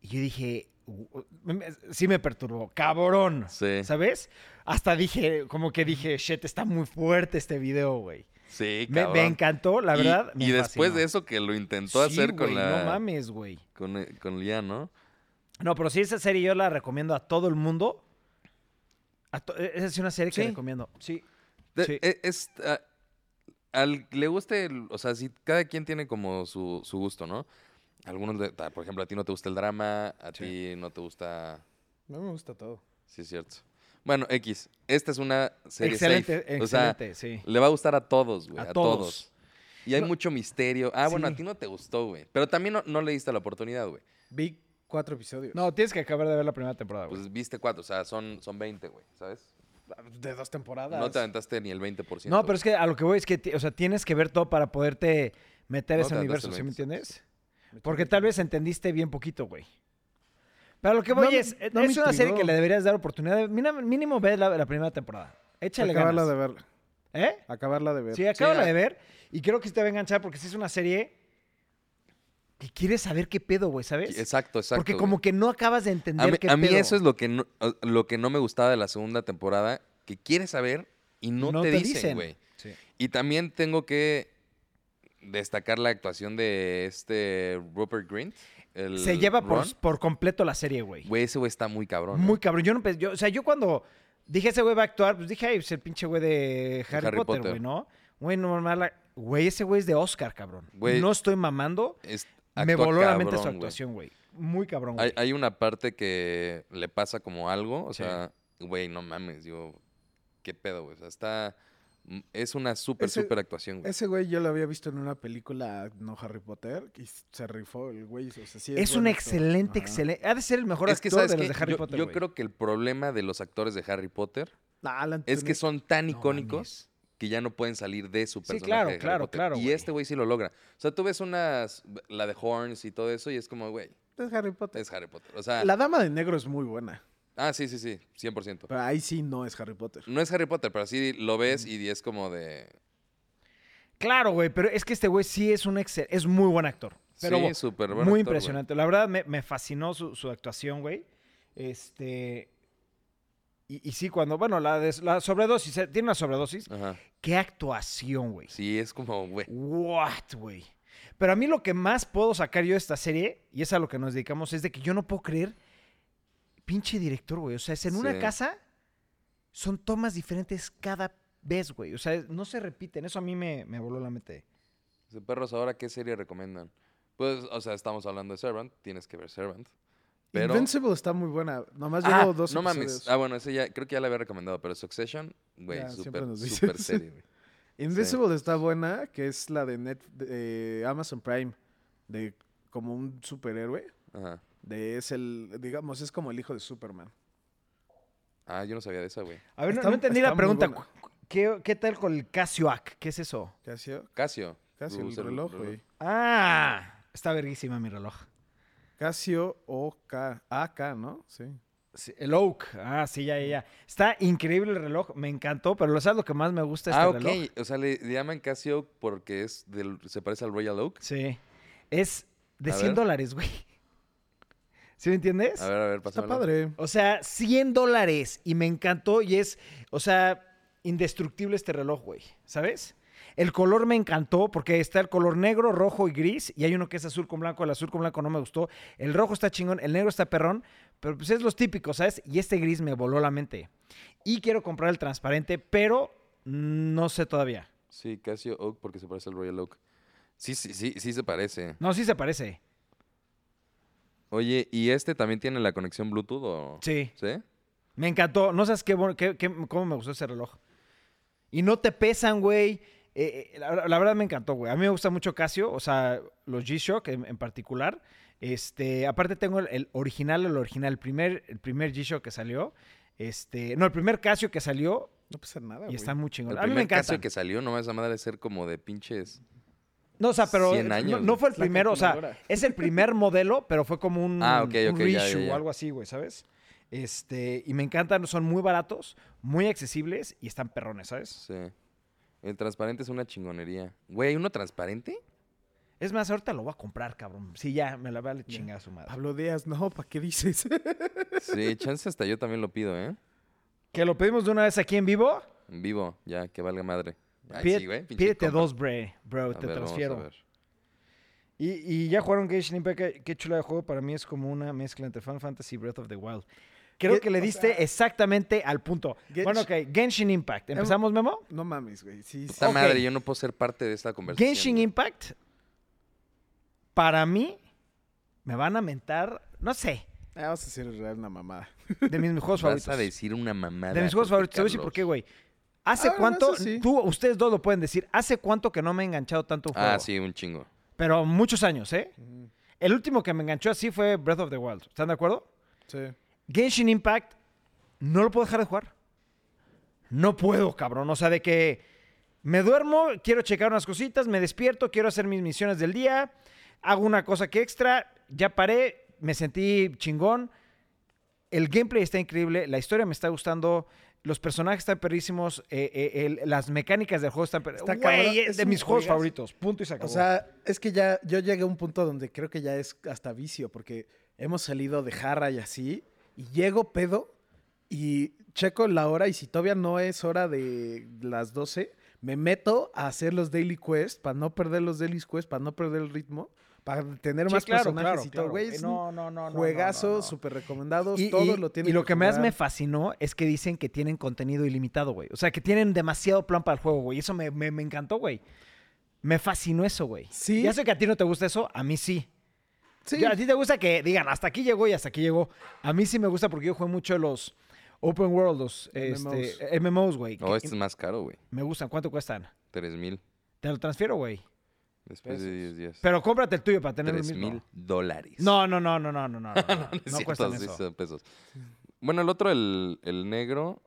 [SPEAKER 1] y yo dije, "U- me- me- sí me perturbó, cabrón.
[SPEAKER 3] Sí.
[SPEAKER 1] ¿Sabes? Hasta dije, como que dije, shit, está muy fuerte este video, güey.
[SPEAKER 3] Sí,
[SPEAKER 1] Me, me
[SPEAKER 3] cabrón.
[SPEAKER 1] encantó, la
[SPEAKER 3] Y-
[SPEAKER 1] verdad.
[SPEAKER 3] Y, después de eso que lo intentó hacer con la.
[SPEAKER 1] No mames, güey.
[SPEAKER 3] Con, eh, con Lian, ¿no?
[SPEAKER 1] No, pero sí, esa serie yo la recomiendo a todo el mundo. A to- e, esa es una serie que
[SPEAKER 3] Sí.
[SPEAKER 1] recomiendo. Sí.
[SPEAKER 3] De-
[SPEAKER 1] Sí.
[SPEAKER 3] e- es, a- al que le guste, el- o sea, si cada quien tiene como su, su gusto, ¿no? Algunos, le- ta- por ejemplo, a ti no te gusta el drama, a
[SPEAKER 1] Sí.
[SPEAKER 3] ti no te gusta.
[SPEAKER 2] No me gusta todo.
[SPEAKER 3] Sí, es cierto. Bueno, X. Esta es una serie
[SPEAKER 1] Excelente,
[SPEAKER 3] safe. O sea,
[SPEAKER 1] excelente, sí.
[SPEAKER 3] le va a gustar a todos, güey.
[SPEAKER 1] A
[SPEAKER 3] A,
[SPEAKER 1] todos.
[SPEAKER 3] todos. Y hay
[SPEAKER 1] No-
[SPEAKER 3] mucho misterio. Ah, bueno, a
[SPEAKER 1] Sí.
[SPEAKER 3] ti no te gustó, güey. Pero también no, no le diste la oportunidad, güey.
[SPEAKER 2] Vi cuatro episodios.
[SPEAKER 1] No, tienes que acabar de ver la primera temporada, Ah, güey.
[SPEAKER 3] Pues viste cuatro, o sea, son, son 20, güey, ¿sabes?
[SPEAKER 2] Ah, De dos temporadas.
[SPEAKER 3] No te aventaste ni el 20%.
[SPEAKER 1] No, pero
[SPEAKER 3] güey.
[SPEAKER 1] es que a lo que voy es que, ti- o sea, tienes que ver todo para poderte meter
[SPEAKER 3] No
[SPEAKER 1] ese
[SPEAKER 3] te andas
[SPEAKER 1] universo,
[SPEAKER 3] el
[SPEAKER 1] ¿sí me
[SPEAKER 3] 20,
[SPEAKER 1] entiendes?
[SPEAKER 2] Me
[SPEAKER 1] Porque
[SPEAKER 2] tiene-
[SPEAKER 1] tal vez entendiste bien poquito, güey. Pero lo que voy
[SPEAKER 2] No me-
[SPEAKER 1] es, eh,
[SPEAKER 2] no me
[SPEAKER 1] es una serie
[SPEAKER 2] intrigó.
[SPEAKER 1] que le deberías dar oportunidad. Mira, mínimo ve la, la primera temporada. Échale
[SPEAKER 2] Acabarla
[SPEAKER 1] ganas.
[SPEAKER 2] de verla.
[SPEAKER 1] ¿Eh?
[SPEAKER 2] Acabarla de ver.
[SPEAKER 1] Sí, acábala
[SPEAKER 3] ah.
[SPEAKER 1] de ver. Y creo que sí te va a enganchar porque sí es una serie que quieres saber qué pedo, güey, ¿sabes?
[SPEAKER 3] Exacto, exacto.
[SPEAKER 1] porque
[SPEAKER 3] güey.
[SPEAKER 1] como que no acabas de
[SPEAKER 3] a
[SPEAKER 1] entender
[SPEAKER 3] mí,
[SPEAKER 1] qué
[SPEAKER 3] a mí
[SPEAKER 1] pedo.
[SPEAKER 3] eso es lo que, no, o- lo que no me gustaba de la segunda temporada, que quieres saber y no, te, dicen, güey.
[SPEAKER 1] Sí.
[SPEAKER 3] Y también tengo que destacar la actuación de este Rupert Grint. el
[SPEAKER 1] Se lleva
[SPEAKER 3] Ron.
[SPEAKER 1] por, por completo la serie, güey.
[SPEAKER 3] Güey, ese güey está muy cabrón. ¿eh?
[SPEAKER 1] Muy
[SPEAKER 3] Muy...
[SPEAKER 1] cabrón. Yo no pensé, yo- o sea, yo cuando dije ese güey va a actuar, pues dije, ay, es el pinche güey de Harry,
[SPEAKER 3] Harry
[SPEAKER 1] Potter,
[SPEAKER 3] Potter.
[SPEAKER 1] güey, ¿no? Güey, no mames, la- güey, ese güey es de Oscar, cabrón.
[SPEAKER 3] Güey.
[SPEAKER 1] no estoy mamando. me voló la mente su actuación, güey. Muy cabrón, güey.
[SPEAKER 3] Hay, hay una parte que le pasa como algo, o
[SPEAKER 1] Sí.
[SPEAKER 3] sea, güey, no mames, digo, qué pedo, güey. O sea, está Mm, Es una súper,
[SPEAKER 2] Ese-
[SPEAKER 3] súper actuación, güey.
[SPEAKER 2] Ese güey yo lo había visto en una película, no Harry Potter, y se rifó el güey. o sea, sí
[SPEAKER 1] Es, un
[SPEAKER 2] buen actor.
[SPEAKER 1] excelente,
[SPEAKER 2] Ajá.
[SPEAKER 1] excelente. Ha de ser el mejor
[SPEAKER 3] Es que,
[SPEAKER 1] actor
[SPEAKER 3] ¿sabes
[SPEAKER 1] de los
[SPEAKER 3] qué?
[SPEAKER 1] de Harry
[SPEAKER 3] yo,
[SPEAKER 1] Potter.
[SPEAKER 3] yo
[SPEAKER 1] güey.
[SPEAKER 3] creo que el problema de los actores de Harry Potter
[SPEAKER 2] Ah, Alan
[SPEAKER 3] es que
[SPEAKER 2] Tudyk.
[SPEAKER 3] son tan
[SPEAKER 1] No
[SPEAKER 3] icónicos
[SPEAKER 1] mames.
[SPEAKER 3] que ya no pueden salir de su
[SPEAKER 1] Sí,
[SPEAKER 3] personaje.
[SPEAKER 1] claro,
[SPEAKER 3] de Harry
[SPEAKER 1] claro,
[SPEAKER 3] Potter.
[SPEAKER 1] claro,
[SPEAKER 3] Y
[SPEAKER 1] güey.
[SPEAKER 3] este güey sí lo logra. O sea, tú ves unas, la de Horns y todo eso, y es como, güey,
[SPEAKER 2] Es Harry Potter.
[SPEAKER 3] es Harry Potter. O sea,
[SPEAKER 2] La Dama de Negro es muy buena,
[SPEAKER 3] ah, sí, sí, sí, 100%.
[SPEAKER 2] pero ahí sí no es Harry Potter.
[SPEAKER 3] No es Harry Potter, pero sí lo ves
[SPEAKER 1] Mm.
[SPEAKER 3] y es como de...
[SPEAKER 1] Claro, güey, pero es que este güey sí es un excel, es muy buen actor. Pero
[SPEAKER 3] sí, súper buen actor,
[SPEAKER 1] muy
[SPEAKER 3] güey.
[SPEAKER 1] impresionante. La verdad me, me fascinó su, su actuación, güey. Este. Y, y sí, cuando, bueno, la, des- la sobredosis, eh, tiene una sobredosis.
[SPEAKER 3] Ajá.
[SPEAKER 1] Qué actuación, güey.
[SPEAKER 3] Sí, es como, güey.
[SPEAKER 1] What, güey. Pero a mí lo que más puedo sacar yo de esta serie, y es a lo que nos dedicamos, es de que yo no puedo creer, pinche director, güey. O sea, es en una
[SPEAKER 3] Sí.
[SPEAKER 1] casa, son tomas diferentes cada vez, güey. O sea, no se repiten. Eso a mí me, me voló la mente.
[SPEAKER 3] Dice, Perros, ¿ahora qué serie recomiendan? Pues, o sea, estamos hablando de Servant, tienes que ver Servant. Pero...
[SPEAKER 2] Invincible está muy buena. Nomás
[SPEAKER 3] Ah,
[SPEAKER 2] llevo dos
[SPEAKER 3] no mames.
[SPEAKER 2] episodios.
[SPEAKER 3] Ah, bueno, ese ya, creo que ya la había recomendado, pero Succession, güey,
[SPEAKER 2] Ya, siempre
[SPEAKER 3] súper,
[SPEAKER 2] nos dices.
[SPEAKER 3] súper serie, güey.
[SPEAKER 2] Invincible está buena, que es la de, Net, de Amazon Prime, de como un superhéroe.
[SPEAKER 3] Ajá.
[SPEAKER 2] De es el, digamos, es como el hijo de Superman.
[SPEAKER 3] Ah, yo no sabía de esa, güey.
[SPEAKER 1] A ver, no-
[SPEAKER 2] Está-
[SPEAKER 1] no entendí
[SPEAKER 2] está
[SPEAKER 1] la
[SPEAKER 2] muy
[SPEAKER 1] pregunta.
[SPEAKER 2] buena.
[SPEAKER 1] Cu- ¿Qué, qué tal con el Casioac? ¿Qué es eso?
[SPEAKER 2] ¿Qué Casio,
[SPEAKER 3] Casio.
[SPEAKER 2] Casio el
[SPEAKER 3] Usa
[SPEAKER 2] reloj, güey.
[SPEAKER 1] Ah, está verguísima mi reloj.
[SPEAKER 2] Casio OK. AK, ¿no? Sí.
[SPEAKER 1] Sí, el Oak. Ah, sí, ya, ya, ya. Está increíble el reloj. Me encantó, pero lo sabes lo que más me gusta de este
[SPEAKER 3] Ah, ok.
[SPEAKER 1] reloj.
[SPEAKER 3] O sea, le, le llaman Casio porque es del, se parece al Royal Oak.
[SPEAKER 1] Sí. Es de
[SPEAKER 3] A
[SPEAKER 1] 100
[SPEAKER 3] ver.
[SPEAKER 1] dólares, güey. ¿Sí me entiendes?
[SPEAKER 3] A ver, a ver,
[SPEAKER 2] Está
[SPEAKER 3] pásamelo.
[SPEAKER 2] padre.
[SPEAKER 1] O sea, 100 dólares. Y me encantó y es, o sea, indestructible este reloj, güey. ¿Sabes? El color me encantó porque está el color negro, rojo y gris. Y hay uno que es azul con blanco. El azul con blanco no me gustó. El rojo está chingón, el negro está perrón. Pero pues es los típicos, ¿sabes? Y este gris me voló la mente. Y quiero comprar el transparente, pero no sé todavía.
[SPEAKER 3] Sí, Casio Oak porque se parece al Royal Oak. Sí, sí, sí, sí se parece.
[SPEAKER 1] No, sí se parece.
[SPEAKER 3] Oye, ¿y este también tiene la conexión Bluetooth o...?
[SPEAKER 1] Sí.
[SPEAKER 3] ¿Sí?
[SPEAKER 1] Me encantó. No sabes qué, bon- qué- qué- cómo me gustó ese reloj. Y no te pesan, güey. Eh, eh, la, la verdad me encantó, güey. A mí me gusta mucho Casio, o sea, los G-Shock en, en particular. Este, aparte tengo el, el original, el original, el primer, el primer G-Shock que salió. Este, no, el primer Casio que salió
[SPEAKER 2] No pasa nada,
[SPEAKER 1] y
[SPEAKER 2] güey.
[SPEAKER 1] está muy chingón.
[SPEAKER 3] Ah, El
[SPEAKER 1] A mí me
[SPEAKER 3] primer Casio
[SPEAKER 1] encanta.
[SPEAKER 3] que salió, no esa madre de ser como de pinches...
[SPEAKER 1] No, o sea, pero
[SPEAKER 3] 100
[SPEAKER 1] no-
[SPEAKER 3] años,
[SPEAKER 1] no,
[SPEAKER 3] güey.
[SPEAKER 1] fue el
[SPEAKER 2] La
[SPEAKER 1] primero, o sea,
[SPEAKER 2] calculadora.
[SPEAKER 1] es el primer modelo, pero fue como un,
[SPEAKER 3] Ah, ok,
[SPEAKER 1] un
[SPEAKER 3] ok, ya, ya,
[SPEAKER 1] reissue
[SPEAKER 3] ya.
[SPEAKER 1] o algo así, güey, ¿sabes? Este, y me encantan, son muy baratos, muy accesibles y están perrones, ¿sabes?
[SPEAKER 3] Sí. El transparente es una chingonería. Güey, ¿hay uno transparente?
[SPEAKER 1] Es más, ahorita lo voy a comprar, cabrón. Sí, ya, me la vale chingada su madre.
[SPEAKER 2] Pablo Díaz, no, ¿para qué dices?
[SPEAKER 3] Sí, chance hasta yo también lo pido, ¿eh?
[SPEAKER 1] ¿Que lo pedimos de una vez aquí en vivo?
[SPEAKER 3] En vivo, ya, que valga madre. Ay,
[SPEAKER 1] Pide-
[SPEAKER 3] sí, güey, pinche
[SPEAKER 1] pídete
[SPEAKER 3] compra.
[SPEAKER 1] dos, bre, bro,
[SPEAKER 3] A
[SPEAKER 1] te
[SPEAKER 3] ver, vamos a
[SPEAKER 1] transfiero.
[SPEAKER 3] ver.
[SPEAKER 1] Y, y ya jugaron Genshin Impact, qué- qué chula de juego. Para mí es como una mezcla entre Final Fantasy y Breath of the Wild. Creo
[SPEAKER 2] Gen-
[SPEAKER 1] que le
[SPEAKER 2] o
[SPEAKER 1] diste
[SPEAKER 2] sea- Em,
[SPEAKER 1] exactamente al punto.
[SPEAKER 2] Genshin-
[SPEAKER 1] Bueno, ok, Genshin Impact. ¿Empezamos, Memo?
[SPEAKER 2] no mames, güey. Sí, sí.
[SPEAKER 3] Puta
[SPEAKER 1] Ok.
[SPEAKER 3] madre, yo no puedo ser parte de esta conversación.
[SPEAKER 1] Genshin
[SPEAKER 3] güey.
[SPEAKER 1] Impact, para mí, me van a mentar, no sé,
[SPEAKER 2] Ah, Vamos a hacer real una mamada.
[SPEAKER 1] de mis juegos
[SPEAKER 3] Vas
[SPEAKER 1] favoritos.
[SPEAKER 3] a decir "Ah, pues una mamada.
[SPEAKER 1] De mis juegos
[SPEAKER 3] Jorge
[SPEAKER 1] favoritos. Te voy a decir por
[SPEAKER 3] Carlos.
[SPEAKER 1] qué, güey. ¿Hace
[SPEAKER 2] Ah, bueno,
[SPEAKER 1] cuánto?
[SPEAKER 2] eso sí.
[SPEAKER 1] Tú, ustedes dos lo pueden decir. ¿Hace cuánto que no me he enganchado tanto a un juego?
[SPEAKER 3] Ah, sí, un chingo.
[SPEAKER 1] Pero muchos años, ¿eh?
[SPEAKER 2] Ujú.
[SPEAKER 1] El último que me enganchó así fue Breath of the Wild. ¿Están de acuerdo?
[SPEAKER 2] Sí.
[SPEAKER 1] Genshin Impact, no lo puedo dejar de jugar. No puedo, cabrón. O sea, de que me duermo, quiero checar unas cositas, me despierto, quiero hacer mis misiones del día, hago una cosa que extra, ya paré, me sentí chingón. El gameplay está increíble, la historia me está gustando, los personajes están perrísimos, eh, eh, el- las mecánicas del juego están
[SPEAKER 2] Está
[SPEAKER 1] perrísimas.
[SPEAKER 2] cabrón,
[SPEAKER 1] Güey, es
[SPEAKER 2] es
[SPEAKER 1] de
[SPEAKER 2] un
[SPEAKER 1] mis juegos
[SPEAKER 2] juegazo.
[SPEAKER 1] favoritos. Punto y se acabó.
[SPEAKER 2] O sea, es que ya yo llegué a un punto donde creo que ya es hasta vicio, porque hemos salido de jarra y así, y llego pedo y checo la hora, y si todavía no es hora de las 12, me meto a hacer los daily quest para no perder los daily quest, para no perder el ritmo, para tener
[SPEAKER 1] Sí,
[SPEAKER 2] más
[SPEAKER 1] claro,
[SPEAKER 2] personajes
[SPEAKER 1] claro,
[SPEAKER 2] y todo.
[SPEAKER 1] claro.
[SPEAKER 2] Güey,
[SPEAKER 1] Eh,
[SPEAKER 2] es
[SPEAKER 1] no,
[SPEAKER 2] un
[SPEAKER 1] no, no, no, no,
[SPEAKER 2] juegazo,
[SPEAKER 1] no, no.
[SPEAKER 2] súper recomendado,
[SPEAKER 1] Y,
[SPEAKER 2] todos
[SPEAKER 1] y-
[SPEAKER 2] lo tienen
[SPEAKER 1] y lo que, más
[SPEAKER 2] jugar.
[SPEAKER 1] me fascinó es que dicen que tienen contenido ilimitado, güey. O sea, que tienen demasiado plan para el juego, güey. Eso me, me- me encantó, güey. Me fascinó eso, güey.
[SPEAKER 2] Sí.
[SPEAKER 1] Ya sé que a ti no te gusta eso, a mí sí.
[SPEAKER 2] Sí,
[SPEAKER 1] Ya, a ti te gusta que digan, hasta aquí llegó y hasta aquí llegó. A mí sí me gusta porque yo juego mucho los... Open World, los
[SPEAKER 2] MMOs.
[SPEAKER 1] este, MMOs, güey.
[SPEAKER 3] No,
[SPEAKER 1] que-
[SPEAKER 3] este es más caro, güey.
[SPEAKER 1] Me gustan. ¿Cuánto cuestan?
[SPEAKER 3] 3 mil.
[SPEAKER 1] Te lo transfiero, güey.
[SPEAKER 3] Después de 10 días.
[SPEAKER 1] Pero cómprate el tuyo para tener el
[SPEAKER 3] 3
[SPEAKER 1] mismo.
[SPEAKER 3] mil dólares.
[SPEAKER 1] No, no, no, no, no, no, no. No, no,
[SPEAKER 3] Es cierto,
[SPEAKER 1] cuestan
[SPEAKER 3] sí,
[SPEAKER 1] eso.
[SPEAKER 3] son pesos. Bueno, el otro, el, el negro.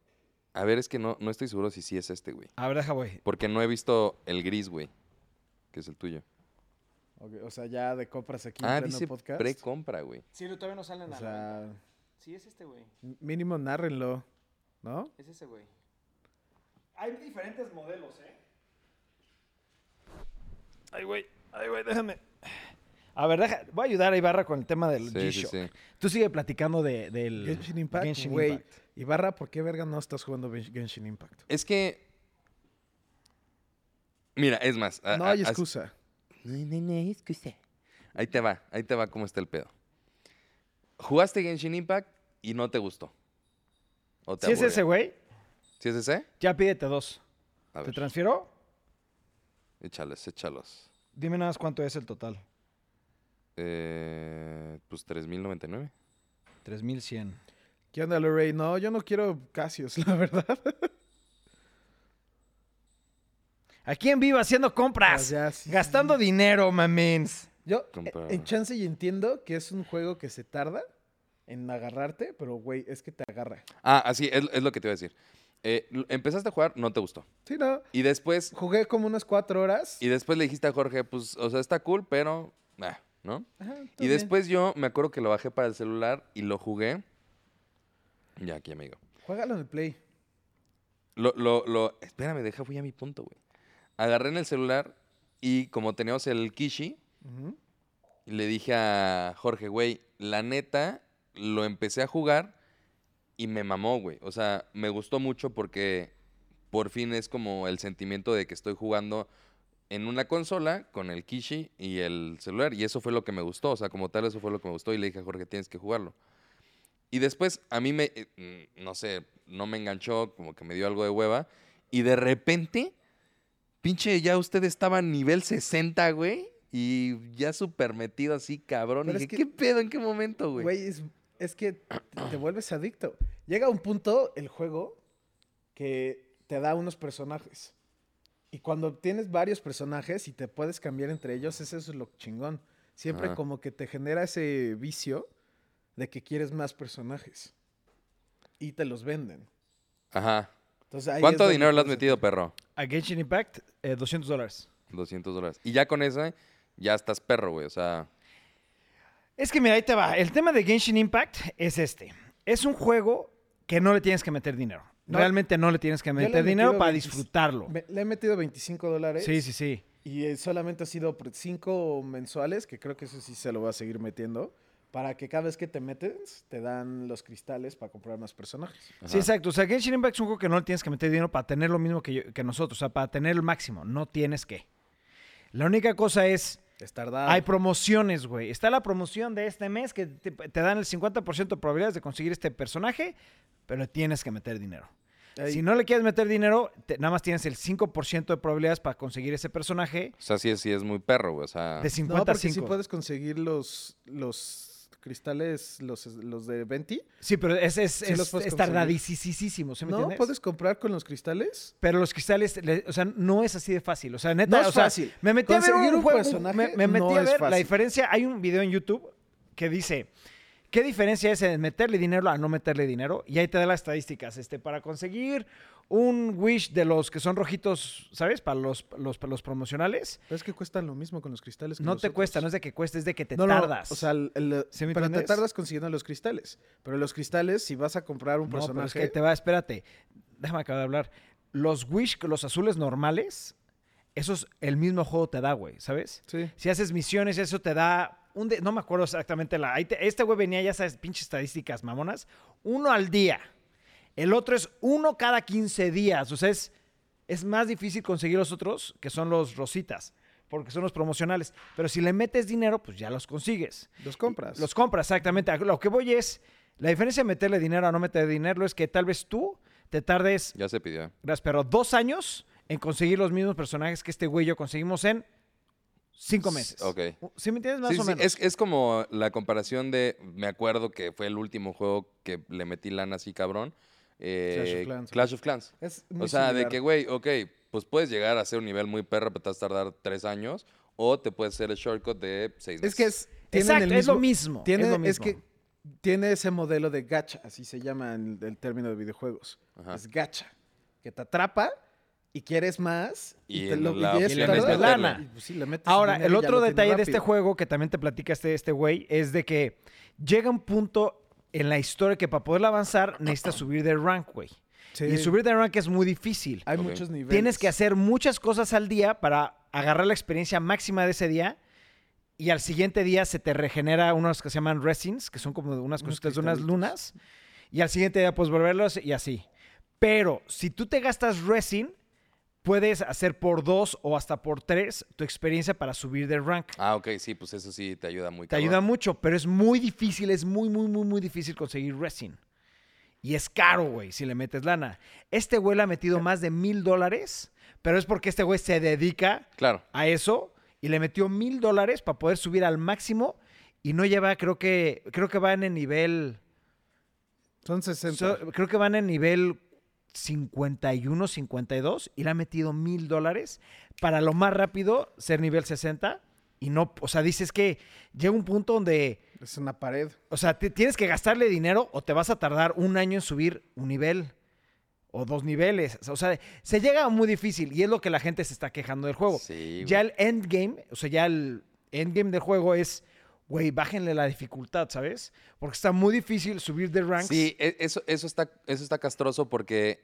[SPEAKER 3] A ver, es que no, no estoy seguro si sí es este, güey.
[SPEAKER 1] A ver, deja, güey.
[SPEAKER 3] Porque no he visto el gris, güey. Que es el tuyo.
[SPEAKER 2] Ok, o sea, ya de compras aquí
[SPEAKER 3] Ah,
[SPEAKER 2] en pleno
[SPEAKER 3] dice
[SPEAKER 2] podcast.
[SPEAKER 3] precompra, güey.
[SPEAKER 1] Sí, todavía no salen
[SPEAKER 2] o sea,
[SPEAKER 1] Sí, es este, güey.
[SPEAKER 2] mínimo nárrenlo, ¿no?
[SPEAKER 1] Es ese, güey. Hay diferentes modelos, ¿eh? Ay, güey. Ay, güey, déjame. A ver, deja, voy a ayudar a Ibarra con el tema del
[SPEAKER 3] Sí, sí,
[SPEAKER 1] G-Shock.
[SPEAKER 3] sí.
[SPEAKER 1] Tú sigue platicando de- del
[SPEAKER 2] Genshin Impact,
[SPEAKER 1] Genshin
[SPEAKER 2] güey.
[SPEAKER 1] Impact.
[SPEAKER 2] Ibarra, ¿por qué verga no estás jugando Gen- Genshin Impact?
[SPEAKER 3] Es que. Mira, es más. a-
[SPEAKER 2] No
[SPEAKER 3] a-
[SPEAKER 2] hay
[SPEAKER 3] Ah, as-
[SPEAKER 2] excusa.
[SPEAKER 3] No hay- no hay- no hay excusa. Ahí te va, ahí te va cómo está el pedo. Jugaste Genshin Impact y no te gustó. ¿O te
[SPEAKER 1] Si es
[SPEAKER 3] aburrió?
[SPEAKER 1] ese, güey,
[SPEAKER 3] ¿Sí es ese?
[SPEAKER 1] ya pídete dos.
[SPEAKER 3] A
[SPEAKER 1] ¿Te
[SPEAKER 3] ver,
[SPEAKER 1] transfiero?
[SPEAKER 3] échalos, échalos.
[SPEAKER 1] Dime nada más cuánto es el total.
[SPEAKER 3] Eh, pues 3.099.
[SPEAKER 1] 3100.
[SPEAKER 2] ¿Qué onda, Lorey? No, yo no quiero Casios, la verdad.
[SPEAKER 1] Aquí en vivo haciendo compras.
[SPEAKER 2] Ah, ya, sí, sí,
[SPEAKER 1] gastando dinero, mamins.
[SPEAKER 2] Yo
[SPEAKER 3] Compra-
[SPEAKER 2] eh, en chance y entiendo que es un juego que se tarda en agarrarte, pero güey, es que te agarra.
[SPEAKER 3] Ah, así, es, es lo que te iba a decir. Eh, l- empezaste a jugar, no te gustó.
[SPEAKER 2] Sí, no.
[SPEAKER 3] Y después,
[SPEAKER 2] Jugué como unas cuatro horas.
[SPEAKER 3] y después le dijiste a Jorge, pues, o sea, está cool, pero, nah, ¿no?
[SPEAKER 2] Ajá, todo
[SPEAKER 3] Y
[SPEAKER 2] bien.
[SPEAKER 3] después yo me acuerdo que lo bajé para el celular y lo jugué. Ya, aquí, amigo.
[SPEAKER 2] Juégalo en el Play.
[SPEAKER 3] Lo, lo, lo, espérame, deja, voy a mi punto, güey. Agarré en el celular y como teníamos el Kishi,
[SPEAKER 2] Ujú.
[SPEAKER 3] le dije a Jorge, güey, la neta, lo empecé a jugar y me mamó, güey. O sea, me gustó mucho porque por fin es como el sentimiento de que estoy jugando en una consola con el Kishi y el celular. Y eso fue lo que me gustó. O sea, como tal, eso fue lo que me gustó. Y le dije a Jorge, tienes que jugarlo. Y después a mí me, eh, mm, no sé, no me enganchó, como que me dio algo de hueva. Y de repente, pinche, ya usted estaba a nivel 60, güey. Y ya súper metido así, cabrón.
[SPEAKER 2] Pero
[SPEAKER 3] y
[SPEAKER 2] es
[SPEAKER 3] dije,
[SPEAKER 2] que-
[SPEAKER 3] ¿qué pedo? ¿En qué momento, güey?
[SPEAKER 2] Güey, es, es que te te vuelves adicto. Llega un punto el juego que te da unos personajes. Y cuando tienes varios personajes y te puedes cambiar entre ellos, ese es lo chingón. Siempre
[SPEAKER 3] Ajá.
[SPEAKER 2] como que te genera ese vicio de que quieres más personajes. Y te los venden.
[SPEAKER 3] Ajá.
[SPEAKER 2] Entonces, ahí es
[SPEAKER 3] ¿Cuánto
[SPEAKER 2] donde
[SPEAKER 3] dinero le has
[SPEAKER 2] puedes-
[SPEAKER 3] metido, perro?
[SPEAKER 1] A Genshin Impact, eh, 200 dólares.
[SPEAKER 3] 200 dólares. Y ya con esa, ya estás perro, güey. O sea,
[SPEAKER 1] Es que mira, ahí te va. El tema de Genshin Impact es este. Es un juego que no le tienes que meter dinero.
[SPEAKER 2] No.
[SPEAKER 1] Realmente no le tienes que
[SPEAKER 2] le he
[SPEAKER 1] meter dinero
[SPEAKER 2] metido
[SPEAKER 1] para
[SPEAKER 2] 20
[SPEAKER 1] disfrutarlo.
[SPEAKER 2] Me- le he metido 25 dólares.
[SPEAKER 1] Sí, sí, sí.
[SPEAKER 2] Y eh, solamente ha sido 5 mensuales, que creo que eso sí se lo voy a seguir metiendo, para que cada vez que te metes te dan los cristales para comprar más personajes.
[SPEAKER 1] Sí,
[SPEAKER 3] Ajá.
[SPEAKER 1] exacto. O sea, Genshin Impact es un juego que no le tienes que meter dinero para tener lo mismo que, yo- que nosotros. O sea, para tener el máximo. No tienes que. La única cosa es...
[SPEAKER 2] Es tardado.
[SPEAKER 1] Hay promociones, güey. Está la promoción de este mes que te, te dan el 50% de probabilidades de conseguir este personaje, pero tienes que meter dinero.
[SPEAKER 2] Ey,
[SPEAKER 1] Si no le quieres meter dinero, te- nada más tienes el 5% de probabilidades para conseguir ese personaje
[SPEAKER 3] o sea, sí, es- sí es muy perro, güey. O sea,
[SPEAKER 1] de
[SPEAKER 2] Ah. no,
[SPEAKER 1] 55.
[SPEAKER 2] porque si
[SPEAKER 1] sí,
[SPEAKER 2] puedes conseguir los, los cristales, los, los de 20.
[SPEAKER 1] pero es, es,
[SPEAKER 2] Sí
[SPEAKER 1] es-
[SPEAKER 2] los puedes
[SPEAKER 1] es
[SPEAKER 2] conseguir.
[SPEAKER 1] tardadisísimo, ¿sí me
[SPEAKER 2] ¿No
[SPEAKER 1] entiendes?
[SPEAKER 2] puedes comprar con los cristales?
[SPEAKER 1] Pero los cristales, le- o sea, no es así de fácil. O sea, neta,
[SPEAKER 2] No es
[SPEAKER 1] o sea,
[SPEAKER 2] fácil.
[SPEAKER 1] me metí a ver
[SPEAKER 2] Conseguir
[SPEAKER 1] un,
[SPEAKER 2] un
[SPEAKER 1] juego-
[SPEAKER 2] personaje
[SPEAKER 1] me, me metí
[SPEAKER 2] no
[SPEAKER 1] a
[SPEAKER 2] es
[SPEAKER 1] ver la
[SPEAKER 2] fácil.
[SPEAKER 1] diferencia. Hay un video en YouTube que dice, ¿qué diferencia es en meterle dinero a no meterle dinero? Y ahí te da las estadísticas. Este, para conseguir un wish de los que son rojitos, ¿sabes? Para los, los, para los promocionales,
[SPEAKER 2] Pero es que cuestan lo mismo con los cristales. que
[SPEAKER 1] no
[SPEAKER 2] los
[SPEAKER 1] te
[SPEAKER 2] otros.
[SPEAKER 1] cuesta, no es de que cueste, es de que te
[SPEAKER 2] No, no,
[SPEAKER 1] tardas.
[SPEAKER 2] o sea, el- el-
[SPEAKER 1] ¿Sí me
[SPEAKER 2] pero te
[SPEAKER 1] entiendes?
[SPEAKER 2] tardas consiguiendo los cristales. Pero los cristales, si vas a comprar un
[SPEAKER 1] No, pero
[SPEAKER 2] personaje.
[SPEAKER 1] es que te va, espérate. Déjame acabar de hablar. Los wish, los azules normales, esos el mismo juego te da, güey, ¿sabes?
[SPEAKER 2] Sí.
[SPEAKER 1] Si haces misiones, eso te da un... de- no me acuerdo exactamente la... ahí te- Este güey venía, ya sabes, pinches estadísticas mamonas. Uno al día. El otro es uno cada 15 días. O sea, es, es más difícil conseguir los otros, que son los rositas, porque son los promocionales. Pero si le metes dinero, pues ya los consigues.
[SPEAKER 2] Los compras.
[SPEAKER 1] Los compras, exactamente. A Lo que voy es... La diferencia de meterle dinero a no meterle dinero es que tal vez tú te tardes,
[SPEAKER 3] ya se pidió.
[SPEAKER 1] gracias, pero dos años en conseguir los mismos personajes que este güey y yo conseguimos en cinco
[SPEAKER 3] S-
[SPEAKER 1] meses.
[SPEAKER 3] ok.
[SPEAKER 1] ¿Sí me entiendes? Más
[SPEAKER 3] Sí,
[SPEAKER 1] o
[SPEAKER 3] sí,
[SPEAKER 1] menos.
[SPEAKER 3] Es, es como la comparación de, me acuerdo que fue el último juego que le metí lana así, cabrón. eh,
[SPEAKER 2] of Clans, ok.
[SPEAKER 3] Clash of Clans.
[SPEAKER 2] Es muy
[SPEAKER 3] O sea, de
[SPEAKER 2] similar.
[SPEAKER 3] que, güey, ok, pues puedes llegar a ser un nivel muy perro, pero te vas a tardar tres años, o te puedes hacer el shortcut de seis meses.
[SPEAKER 2] Es que es. tienen
[SPEAKER 1] Exacto,
[SPEAKER 2] el
[SPEAKER 1] es lo mismo,
[SPEAKER 2] tiene-
[SPEAKER 1] es lo mismo.
[SPEAKER 2] que tiene ese modelo de gacha, así se llama en el, el término de videojuegos.
[SPEAKER 3] Ajá.
[SPEAKER 2] Es gacha, que te atrapa y quieres más y,
[SPEAKER 3] Y
[SPEAKER 2] te
[SPEAKER 3] en
[SPEAKER 2] lo
[SPEAKER 3] la
[SPEAKER 2] y es
[SPEAKER 1] opción
[SPEAKER 2] tarde.
[SPEAKER 1] es meterle.
[SPEAKER 2] Y, pues, sí, le metes
[SPEAKER 1] Ahora,
[SPEAKER 2] dinero
[SPEAKER 1] el
[SPEAKER 2] y ya
[SPEAKER 1] otro
[SPEAKER 2] lo tienes
[SPEAKER 1] detalle de este
[SPEAKER 2] rápido.
[SPEAKER 1] juego que también te platica este, este güey es de que llega un punto en la historia que para poder avanzar necesitas subir de rank, güey.
[SPEAKER 2] Sí.
[SPEAKER 1] Y subir de rank es muy difícil.
[SPEAKER 2] Hay
[SPEAKER 3] Ok.
[SPEAKER 2] muchos niveles.
[SPEAKER 1] Tienes que hacer muchas cosas al día para agarrar la experiencia máxima de ese día. Y al siguiente día se te regenera unos que se llaman resins, que son como unas
[SPEAKER 2] Unos
[SPEAKER 1] cositas de unas
[SPEAKER 2] cristalitos.
[SPEAKER 1] lunas. Y al siguiente día puedes volverlos y así. Pero si tú te gastas resin, puedes hacer por dos o hasta por tres tu experiencia para subir de rank.
[SPEAKER 3] Ah, ok, sí, pues eso sí te ayuda muy
[SPEAKER 1] Te
[SPEAKER 3] cabrón.
[SPEAKER 1] ayuda mucho, pero es muy difícil, es muy, muy, muy, muy difícil conseguir resin. Y es caro, güey, si le metes lana. Este güey le ha metido más de mil dólares, pero es porque este güey se dedica
[SPEAKER 3] Claro.
[SPEAKER 1] a eso y le metió mil dólares para poder subir al máximo y no lleva, creo que, creo que va en el nivel,
[SPEAKER 2] Son 60.
[SPEAKER 1] so- creo que van en el nivel 51, 52 y le ha metido mil dólares para lo más rápido ser nivel 60 y no, o sea, dices que llega un punto donde...
[SPEAKER 2] es una pared.
[SPEAKER 1] O sea, te- tienes que gastarle dinero o te vas a tardar un año en subir un nivel o dos niveles. O sea, se llega muy difícil y es lo que la gente se está quejando del juego.
[SPEAKER 3] Sí,
[SPEAKER 1] ya
[SPEAKER 3] güey.
[SPEAKER 1] el endgame, o sea, ya el endgame del juego es, güey, bájenle la dificultad, ¿sabes? Porque está muy difícil subir de ranks.
[SPEAKER 3] Sí, e- eso, eso, está, eso está castroso porque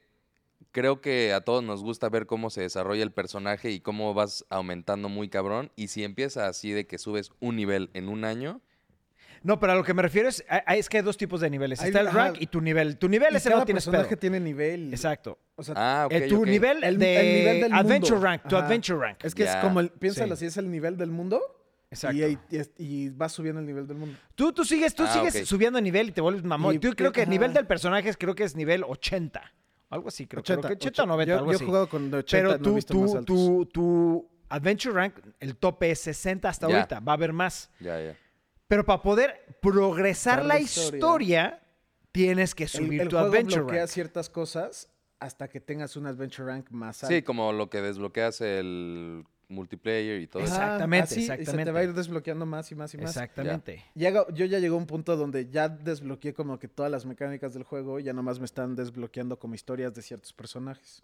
[SPEAKER 3] creo que a todos nos gusta ver cómo se desarrolla el personaje y cómo vas aumentando muy cabrón. Y si empieza así de que subes un nivel en un año,
[SPEAKER 1] No, pero a lo que me refiero es, a- a- es que hay dos tipos de niveles.
[SPEAKER 2] Hay-
[SPEAKER 1] está el
[SPEAKER 2] ajá.
[SPEAKER 1] rank y tu nivel. Tu nivel
[SPEAKER 2] Y
[SPEAKER 1] ese
[SPEAKER 2] cada
[SPEAKER 1] no tienes pedo.
[SPEAKER 2] personaje tiene nivel.
[SPEAKER 1] Exacto.
[SPEAKER 2] O sea,
[SPEAKER 3] ah, ok,
[SPEAKER 1] Eh, tu
[SPEAKER 3] ok.
[SPEAKER 1] nivel,
[SPEAKER 2] El-
[SPEAKER 1] de
[SPEAKER 2] el nivel del
[SPEAKER 1] Adventure
[SPEAKER 2] mundo.
[SPEAKER 1] Rank, tu
[SPEAKER 2] Ajá.
[SPEAKER 1] Adventure Rank.
[SPEAKER 2] es que
[SPEAKER 3] Ya,
[SPEAKER 2] es como, el, piénsalo
[SPEAKER 1] sí.
[SPEAKER 2] así, es el nivel del mundo.
[SPEAKER 1] Exacto.
[SPEAKER 2] Y, ahí- y es- y vas subiendo el nivel del mundo.
[SPEAKER 1] Tú, tú sigues, tú
[SPEAKER 3] Ah,
[SPEAKER 1] sigues
[SPEAKER 3] ok.
[SPEAKER 1] subiendo nivel y te vuelves mamón.
[SPEAKER 2] Y-
[SPEAKER 1] Yo creo que el
[SPEAKER 2] ajá.
[SPEAKER 1] nivel del personaje es- creo que es nivel 80. Algo así, creo. creo que 80 o 90,
[SPEAKER 2] yo,
[SPEAKER 1] algo
[SPEAKER 2] yo
[SPEAKER 1] así.
[SPEAKER 2] he jugado con de 80,
[SPEAKER 1] Pero
[SPEAKER 2] no he
[SPEAKER 1] tú,
[SPEAKER 2] visto más
[SPEAKER 1] tú,
[SPEAKER 2] altos.
[SPEAKER 1] tú, tú, Adventure Rank, el tope es 60 hasta
[SPEAKER 3] Ya.
[SPEAKER 1] ahorita. Va a haber más.
[SPEAKER 3] Ya, ya.
[SPEAKER 1] Pero para poder progresar
[SPEAKER 2] Dar
[SPEAKER 1] la
[SPEAKER 2] la
[SPEAKER 1] historia,
[SPEAKER 2] historia.
[SPEAKER 1] tienes que
[SPEAKER 2] El,
[SPEAKER 1] subir
[SPEAKER 2] el
[SPEAKER 1] tu
[SPEAKER 2] juego
[SPEAKER 1] Adventure
[SPEAKER 2] bloquea
[SPEAKER 1] Rank.
[SPEAKER 2] ciertas cosas hasta que tengas un Adventure Rank más alto.
[SPEAKER 3] Sí, como lo que desbloqueas el multiplayer y todo eso.
[SPEAKER 2] Ajá,
[SPEAKER 1] Exactamente,
[SPEAKER 2] así, Y se
[SPEAKER 1] exactamente.
[SPEAKER 2] te va a ir desbloqueando más y más y más.
[SPEAKER 1] Exactamente.
[SPEAKER 2] Llega- yo ya llegó a un punto donde ya desbloqueé como que todas las mecánicas del juego, ya nomás me están desbloqueando como historias de ciertos personajes.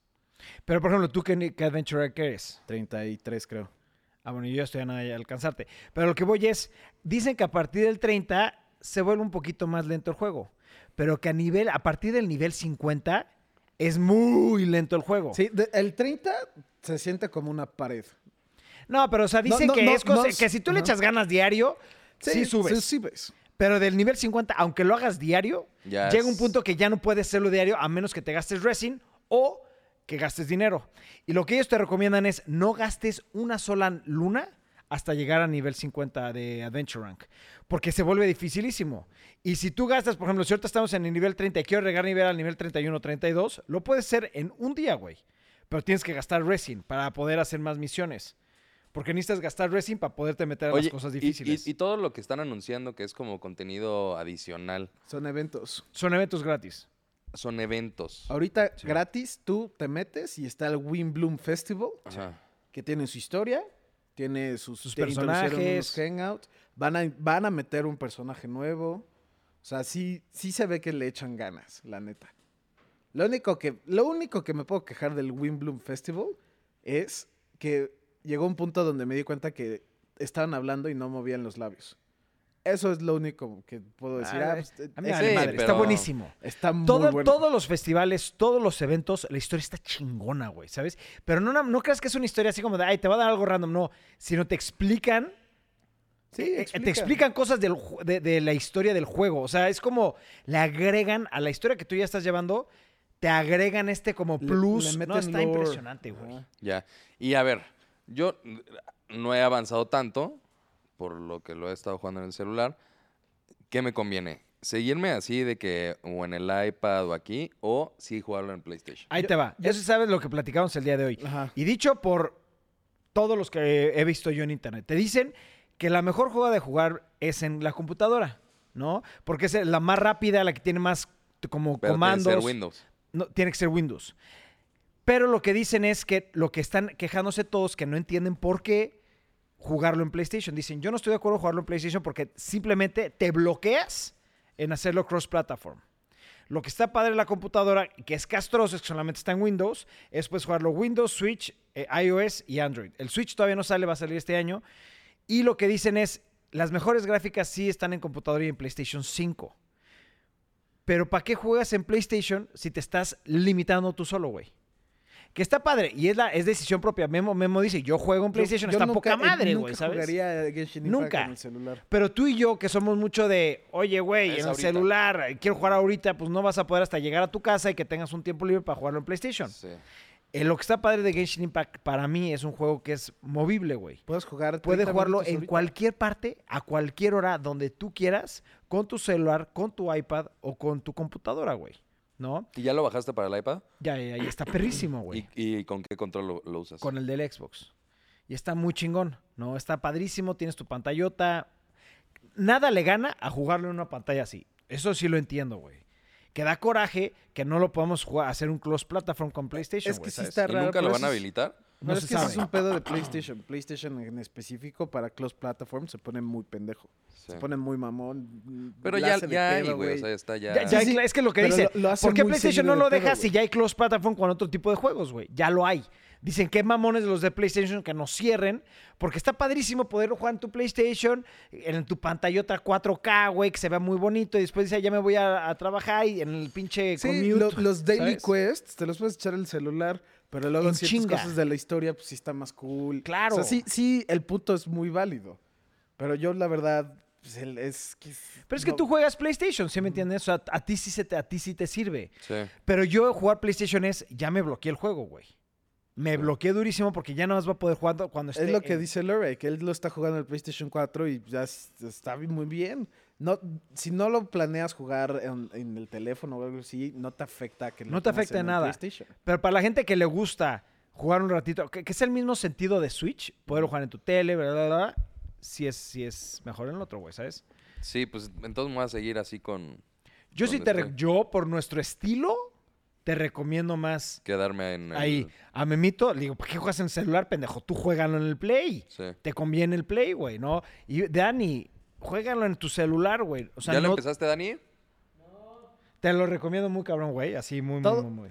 [SPEAKER 1] Pero, por ejemplo, ¿tú qué, ni- qué Adventure Rank eres?
[SPEAKER 2] 33 creo.
[SPEAKER 1] Ah, bueno, yo ya estoy a nada de alcanzarte. Pero lo que voy es, dicen que a partir del 30 se vuelve un poquito más lento el juego. Pero que a nivel, a partir del nivel 50 es muy lento el juego.
[SPEAKER 2] Sí, de- el 30 se siente como una pared.
[SPEAKER 1] No, pero o sea, dicen
[SPEAKER 2] No, no,
[SPEAKER 1] que
[SPEAKER 2] no,
[SPEAKER 1] es cosa-
[SPEAKER 2] no,
[SPEAKER 1] que si tú le
[SPEAKER 2] ajá.
[SPEAKER 1] echas ganas diario, sí, subes.
[SPEAKER 2] Sí, subes.
[SPEAKER 1] Pero del nivel 50, aunque lo hagas diario,
[SPEAKER 3] Ya
[SPEAKER 1] llega un
[SPEAKER 3] es-
[SPEAKER 1] punto que ya no puedes hacerlo diario a menos que te gastes resin o que gastes dinero. Y lo que ellos te recomiendan es no gastes una sola luna hasta llegar a nivel 50 de Adventure Rank, porque se vuelve dificilísimo. Y si tú gastas, por ejemplo, si ahorita estamos en el nivel 30 y quiero llegar nivel al nivel 31 o 32, lo puedes hacer en un día, güey. Pero tienes que gastar resin para poder hacer más misiones. Porque necesitas gastar resin para poderte meter a
[SPEAKER 3] Oye,
[SPEAKER 1] las cosas
[SPEAKER 3] y- y-
[SPEAKER 1] difíciles.
[SPEAKER 3] Y, todo lo que están anunciando que es como contenido adicional
[SPEAKER 2] Son eventos.
[SPEAKER 1] Son eventos gratis.
[SPEAKER 3] son eventos.
[SPEAKER 2] Ahorita gratis tú te metes y está el Win Bloom Festival,
[SPEAKER 3] Ajá.
[SPEAKER 2] que tiene su historia, tiene sus,
[SPEAKER 1] Sus
[SPEAKER 2] te introducieron
[SPEAKER 1] personajes.
[SPEAKER 2] unos hangouts, van a, van a meter un personaje nuevo. O sea, sí, sí se ve que le echan ganas, la neta. Lo único que, lo único que me puedo quejar del Win Bloom Festival es que llegó un punto donde me di cuenta que estaban hablando y no movían los labios. Eso es lo único que puedo decir.
[SPEAKER 1] Ah,
[SPEAKER 2] Ah, pues,
[SPEAKER 1] a mí me
[SPEAKER 2] es-
[SPEAKER 1] vale
[SPEAKER 3] sí,
[SPEAKER 1] madre, Está
[SPEAKER 3] pero-
[SPEAKER 1] buenísimo.
[SPEAKER 2] Está muy
[SPEAKER 1] Todo-
[SPEAKER 2] bueno.
[SPEAKER 1] Todos los festivales, todos los eventos, la historia está chingona, güey, ¿sabes? Pero no, no creas que es una historia así como de, ay, te va a dar algo random, no, sino te explican,
[SPEAKER 2] Sí,
[SPEAKER 1] eh, te
[SPEAKER 2] explican.
[SPEAKER 1] explican cosas del ju- de, de la historia del juego, o sea, es como le agregan a la historia que tú ya estás llevando, te agregan este como
[SPEAKER 2] Le-
[SPEAKER 1] plus,
[SPEAKER 2] le
[SPEAKER 1] no,
[SPEAKER 2] meten
[SPEAKER 1] está
[SPEAKER 2] lore.
[SPEAKER 1] impresionante, güey.
[SPEAKER 2] Ajá.
[SPEAKER 3] Ya. Y a ver, yo n- no he avanzado tanto, por lo que lo he estado jugando en el celular. ¿Qué me conviene? ¿Seguirme así de que o en el iPad o aquí, o sí jugarlo en PlayStation?
[SPEAKER 1] Ahí
[SPEAKER 2] Yo-
[SPEAKER 1] te va.
[SPEAKER 2] yo-
[SPEAKER 1] Eso sabes lo que platicamos el día de hoy.
[SPEAKER 2] Ajá.
[SPEAKER 1] Y dicho por todos los que he visto yo en internet, te dicen que la mejor jugada de jugar es en la computadora, ¿no? Porque es la más rápida, la que tiene más t- como
[SPEAKER 3] Pero tiene que ser
[SPEAKER 1] comandos.
[SPEAKER 3] Windows.
[SPEAKER 1] no, tiene que ser Windows. Pero lo que dicen es que lo que están quejándose todos, que no entienden por qué jugarlo en PlayStation. Dicen, yo no estoy de acuerdo en jugarlo en PlayStation porque simplemente te bloqueas en hacerlo cross-platform. Lo que está padre en la computadora, que es castroso, es que solamente está en Windows, es pues jugarlo Windows, Switch, eh, iOS y Android. El Switch todavía no sale, va a salir este año. Y lo que dicen es, las mejores gráficas sí están en computadora y en PlayStation 5. Pero ¿para qué juegas en PlayStation si te estás limitando tú solo, güey? Que está padre y es la es decisión propia. Memo, Memo dice, yo juego en PlayStation,
[SPEAKER 2] Yo
[SPEAKER 1] está
[SPEAKER 2] nunca-
[SPEAKER 1] poca
[SPEAKER 2] eh,
[SPEAKER 1] madre,
[SPEAKER 2] nunca
[SPEAKER 1] güey, ¿sabes?
[SPEAKER 2] jugaría Genshin Impact
[SPEAKER 1] Nunca.
[SPEAKER 2] en el celular.
[SPEAKER 1] Pero tú y yo, que somos mucho de, oye, güey,
[SPEAKER 3] Es
[SPEAKER 1] en el
[SPEAKER 3] ahorita.
[SPEAKER 1] celular, eh, quiero jugar ahorita, pues no vas a poder hasta llegar a tu casa y que tengas un tiempo libre para jugarlo en PlayStation.
[SPEAKER 3] Sí.
[SPEAKER 1] Eh, lo que está padre de Genshin Impact para mí es un juego que es movible, güey.
[SPEAKER 2] Puedes jugar.
[SPEAKER 1] Puedes
[SPEAKER 2] 30
[SPEAKER 1] jugarlo
[SPEAKER 2] minutos
[SPEAKER 1] en
[SPEAKER 2] ahorita.
[SPEAKER 1] cualquier parte, a cualquier hora, donde tú quieras, con tu celular, con tu iPad o con tu computadora, güey. ¿No?
[SPEAKER 3] ¿Y ya lo bajaste para el iPad?
[SPEAKER 1] Ya, ya, ya está perrísimo, güey.
[SPEAKER 3] ¿Y, y con qué control lo, lo usas?
[SPEAKER 1] con el del Xbox. Y está muy chingón, ¿no? Está padrísimo, tienes tu pantallota. Nada le gana a jugarlo en una pantalla así. Eso sí lo entiendo, güey. Que da coraje que no lo podamos jugar, hacer un close platform con PlayStation,
[SPEAKER 2] es que
[SPEAKER 1] güey,
[SPEAKER 2] sí
[SPEAKER 1] ¿sabes?
[SPEAKER 2] está
[SPEAKER 3] ¿Y
[SPEAKER 2] raro.
[SPEAKER 3] nunca
[SPEAKER 2] pero
[SPEAKER 3] lo
[SPEAKER 1] pues,
[SPEAKER 3] van a
[SPEAKER 2] eso es-
[SPEAKER 3] habilitar?
[SPEAKER 1] No
[SPEAKER 2] No,
[SPEAKER 1] se
[SPEAKER 2] es que ese es
[SPEAKER 1] sabe.
[SPEAKER 2] un pedo de PlayStation. PlayStation en específico para cross platform se pone muy pendejo.
[SPEAKER 3] Sí.
[SPEAKER 2] Se pone muy mamón.
[SPEAKER 3] Pero
[SPEAKER 2] la
[SPEAKER 3] ya,
[SPEAKER 2] hace de
[SPEAKER 3] ya hay,
[SPEAKER 2] pedo,
[SPEAKER 3] güey. O sea, está ya.
[SPEAKER 1] Ya- ya hay
[SPEAKER 2] Sí,
[SPEAKER 1] cla- es que lo que
[SPEAKER 2] pero
[SPEAKER 1] dice,
[SPEAKER 2] lo- lo hace
[SPEAKER 1] ¿por qué
[SPEAKER 2] muy
[SPEAKER 1] PlayStation no
[SPEAKER 2] seguido
[SPEAKER 1] lo
[SPEAKER 2] de
[SPEAKER 1] deja
[SPEAKER 2] pedo,
[SPEAKER 1] si
[SPEAKER 2] güey?
[SPEAKER 1] ya hay close platform con otro tipo de juegos, güey? Ya lo hay. Dicen que mamones los de PlayStation que nos cierren, porque está padrísimo poder jugar en tu PlayStation, en tu pantallota 4K, güey, que se vea muy bonito, y después dice, "Ah, ya me voy a, a trabajar y en el pinche
[SPEAKER 2] Sí,
[SPEAKER 1] commute,
[SPEAKER 2] lo- los daily
[SPEAKER 1] ¿sabes?
[SPEAKER 2] quests te los puedes echar en el celular, pero luego
[SPEAKER 1] En
[SPEAKER 2] ciertas
[SPEAKER 1] chinga.
[SPEAKER 2] cosas de la historia pues sí está más cool.
[SPEAKER 1] Claro.
[SPEAKER 2] O sea, sí, sí, el punto es muy válido. Pero yo la verdad pues, el- es que
[SPEAKER 1] Pero es que
[SPEAKER 2] no-
[SPEAKER 1] tú juegas PlayStation, ¿sí me entiendes? O sea, a ti sí, se te, a ti sí te sirve.
[SPEAKER 3] Sí.
[SPEAKER 1] Pero yo jugar PlayStation es, ya me bloqueé el juego, güey. Me bloqueé durísimo porque ya no más va a poder jugar cuando esté
[SPEAKER 2] es lo que
[SPEAKER 1] en-
[SPEAKER 2] dice Lore, que él lo está jugando en el PlayStation 4 y ya s- está bi- muy bien. No, si no lo planeas jugar en, en el teléfono o algo así, no te afecta que lo
[SPEAKER 1] No te
[SPEAKER 2] tengas
[SPEAKER 1] afecta
[SPEAKER 2] en
[SPEAKER 1] en
[SPEAKER 2] el
[SPEAKER 1] nada.
[SPEAKER 2] PlayStation.
[SPEAKER 1] Pero para la gente que le gusta jugar un ratito, que, que es el mismo sentido de Switch, poder jugar en tu tele, bla, bla, bla, si es, si es mejor en el otro, güey, ¿sabes?
[SPEAKER 3] Sí, pues entonces me voy a seguir así con
[SPEAKER 1] Yo sí
[SPEAKER 3] ¿Dónde
[SPEAKER 1] te, re-
[SPEAKER 3] está?
[SPEAKER 1] yo por nuestro estilo, te recomiendo más
[SPEAKER 3] quedarme en. el-
[SPEAKER 1] ahí. A Memito, le digo, ¿para qué juegas en el celular, pendejo? Tú juégalo en el Play.
[SPEAKER 3] Sí.
[SPEAKER 1] Te conviene el Play, güey, ¿no? Y Dani, juégalo en tu celular, güey. O sea,
[SPEAKER 3] ¿Ya lo
[SPEAKER 1] no-
[SPEAKER 3] empezaste, Dani?
[SPEAKER 1] te lo recomiendo muy cabrón, güey, así muy, muy,
[SPEAKER 2] Todo-
[SPEAKER 1] muy, muy.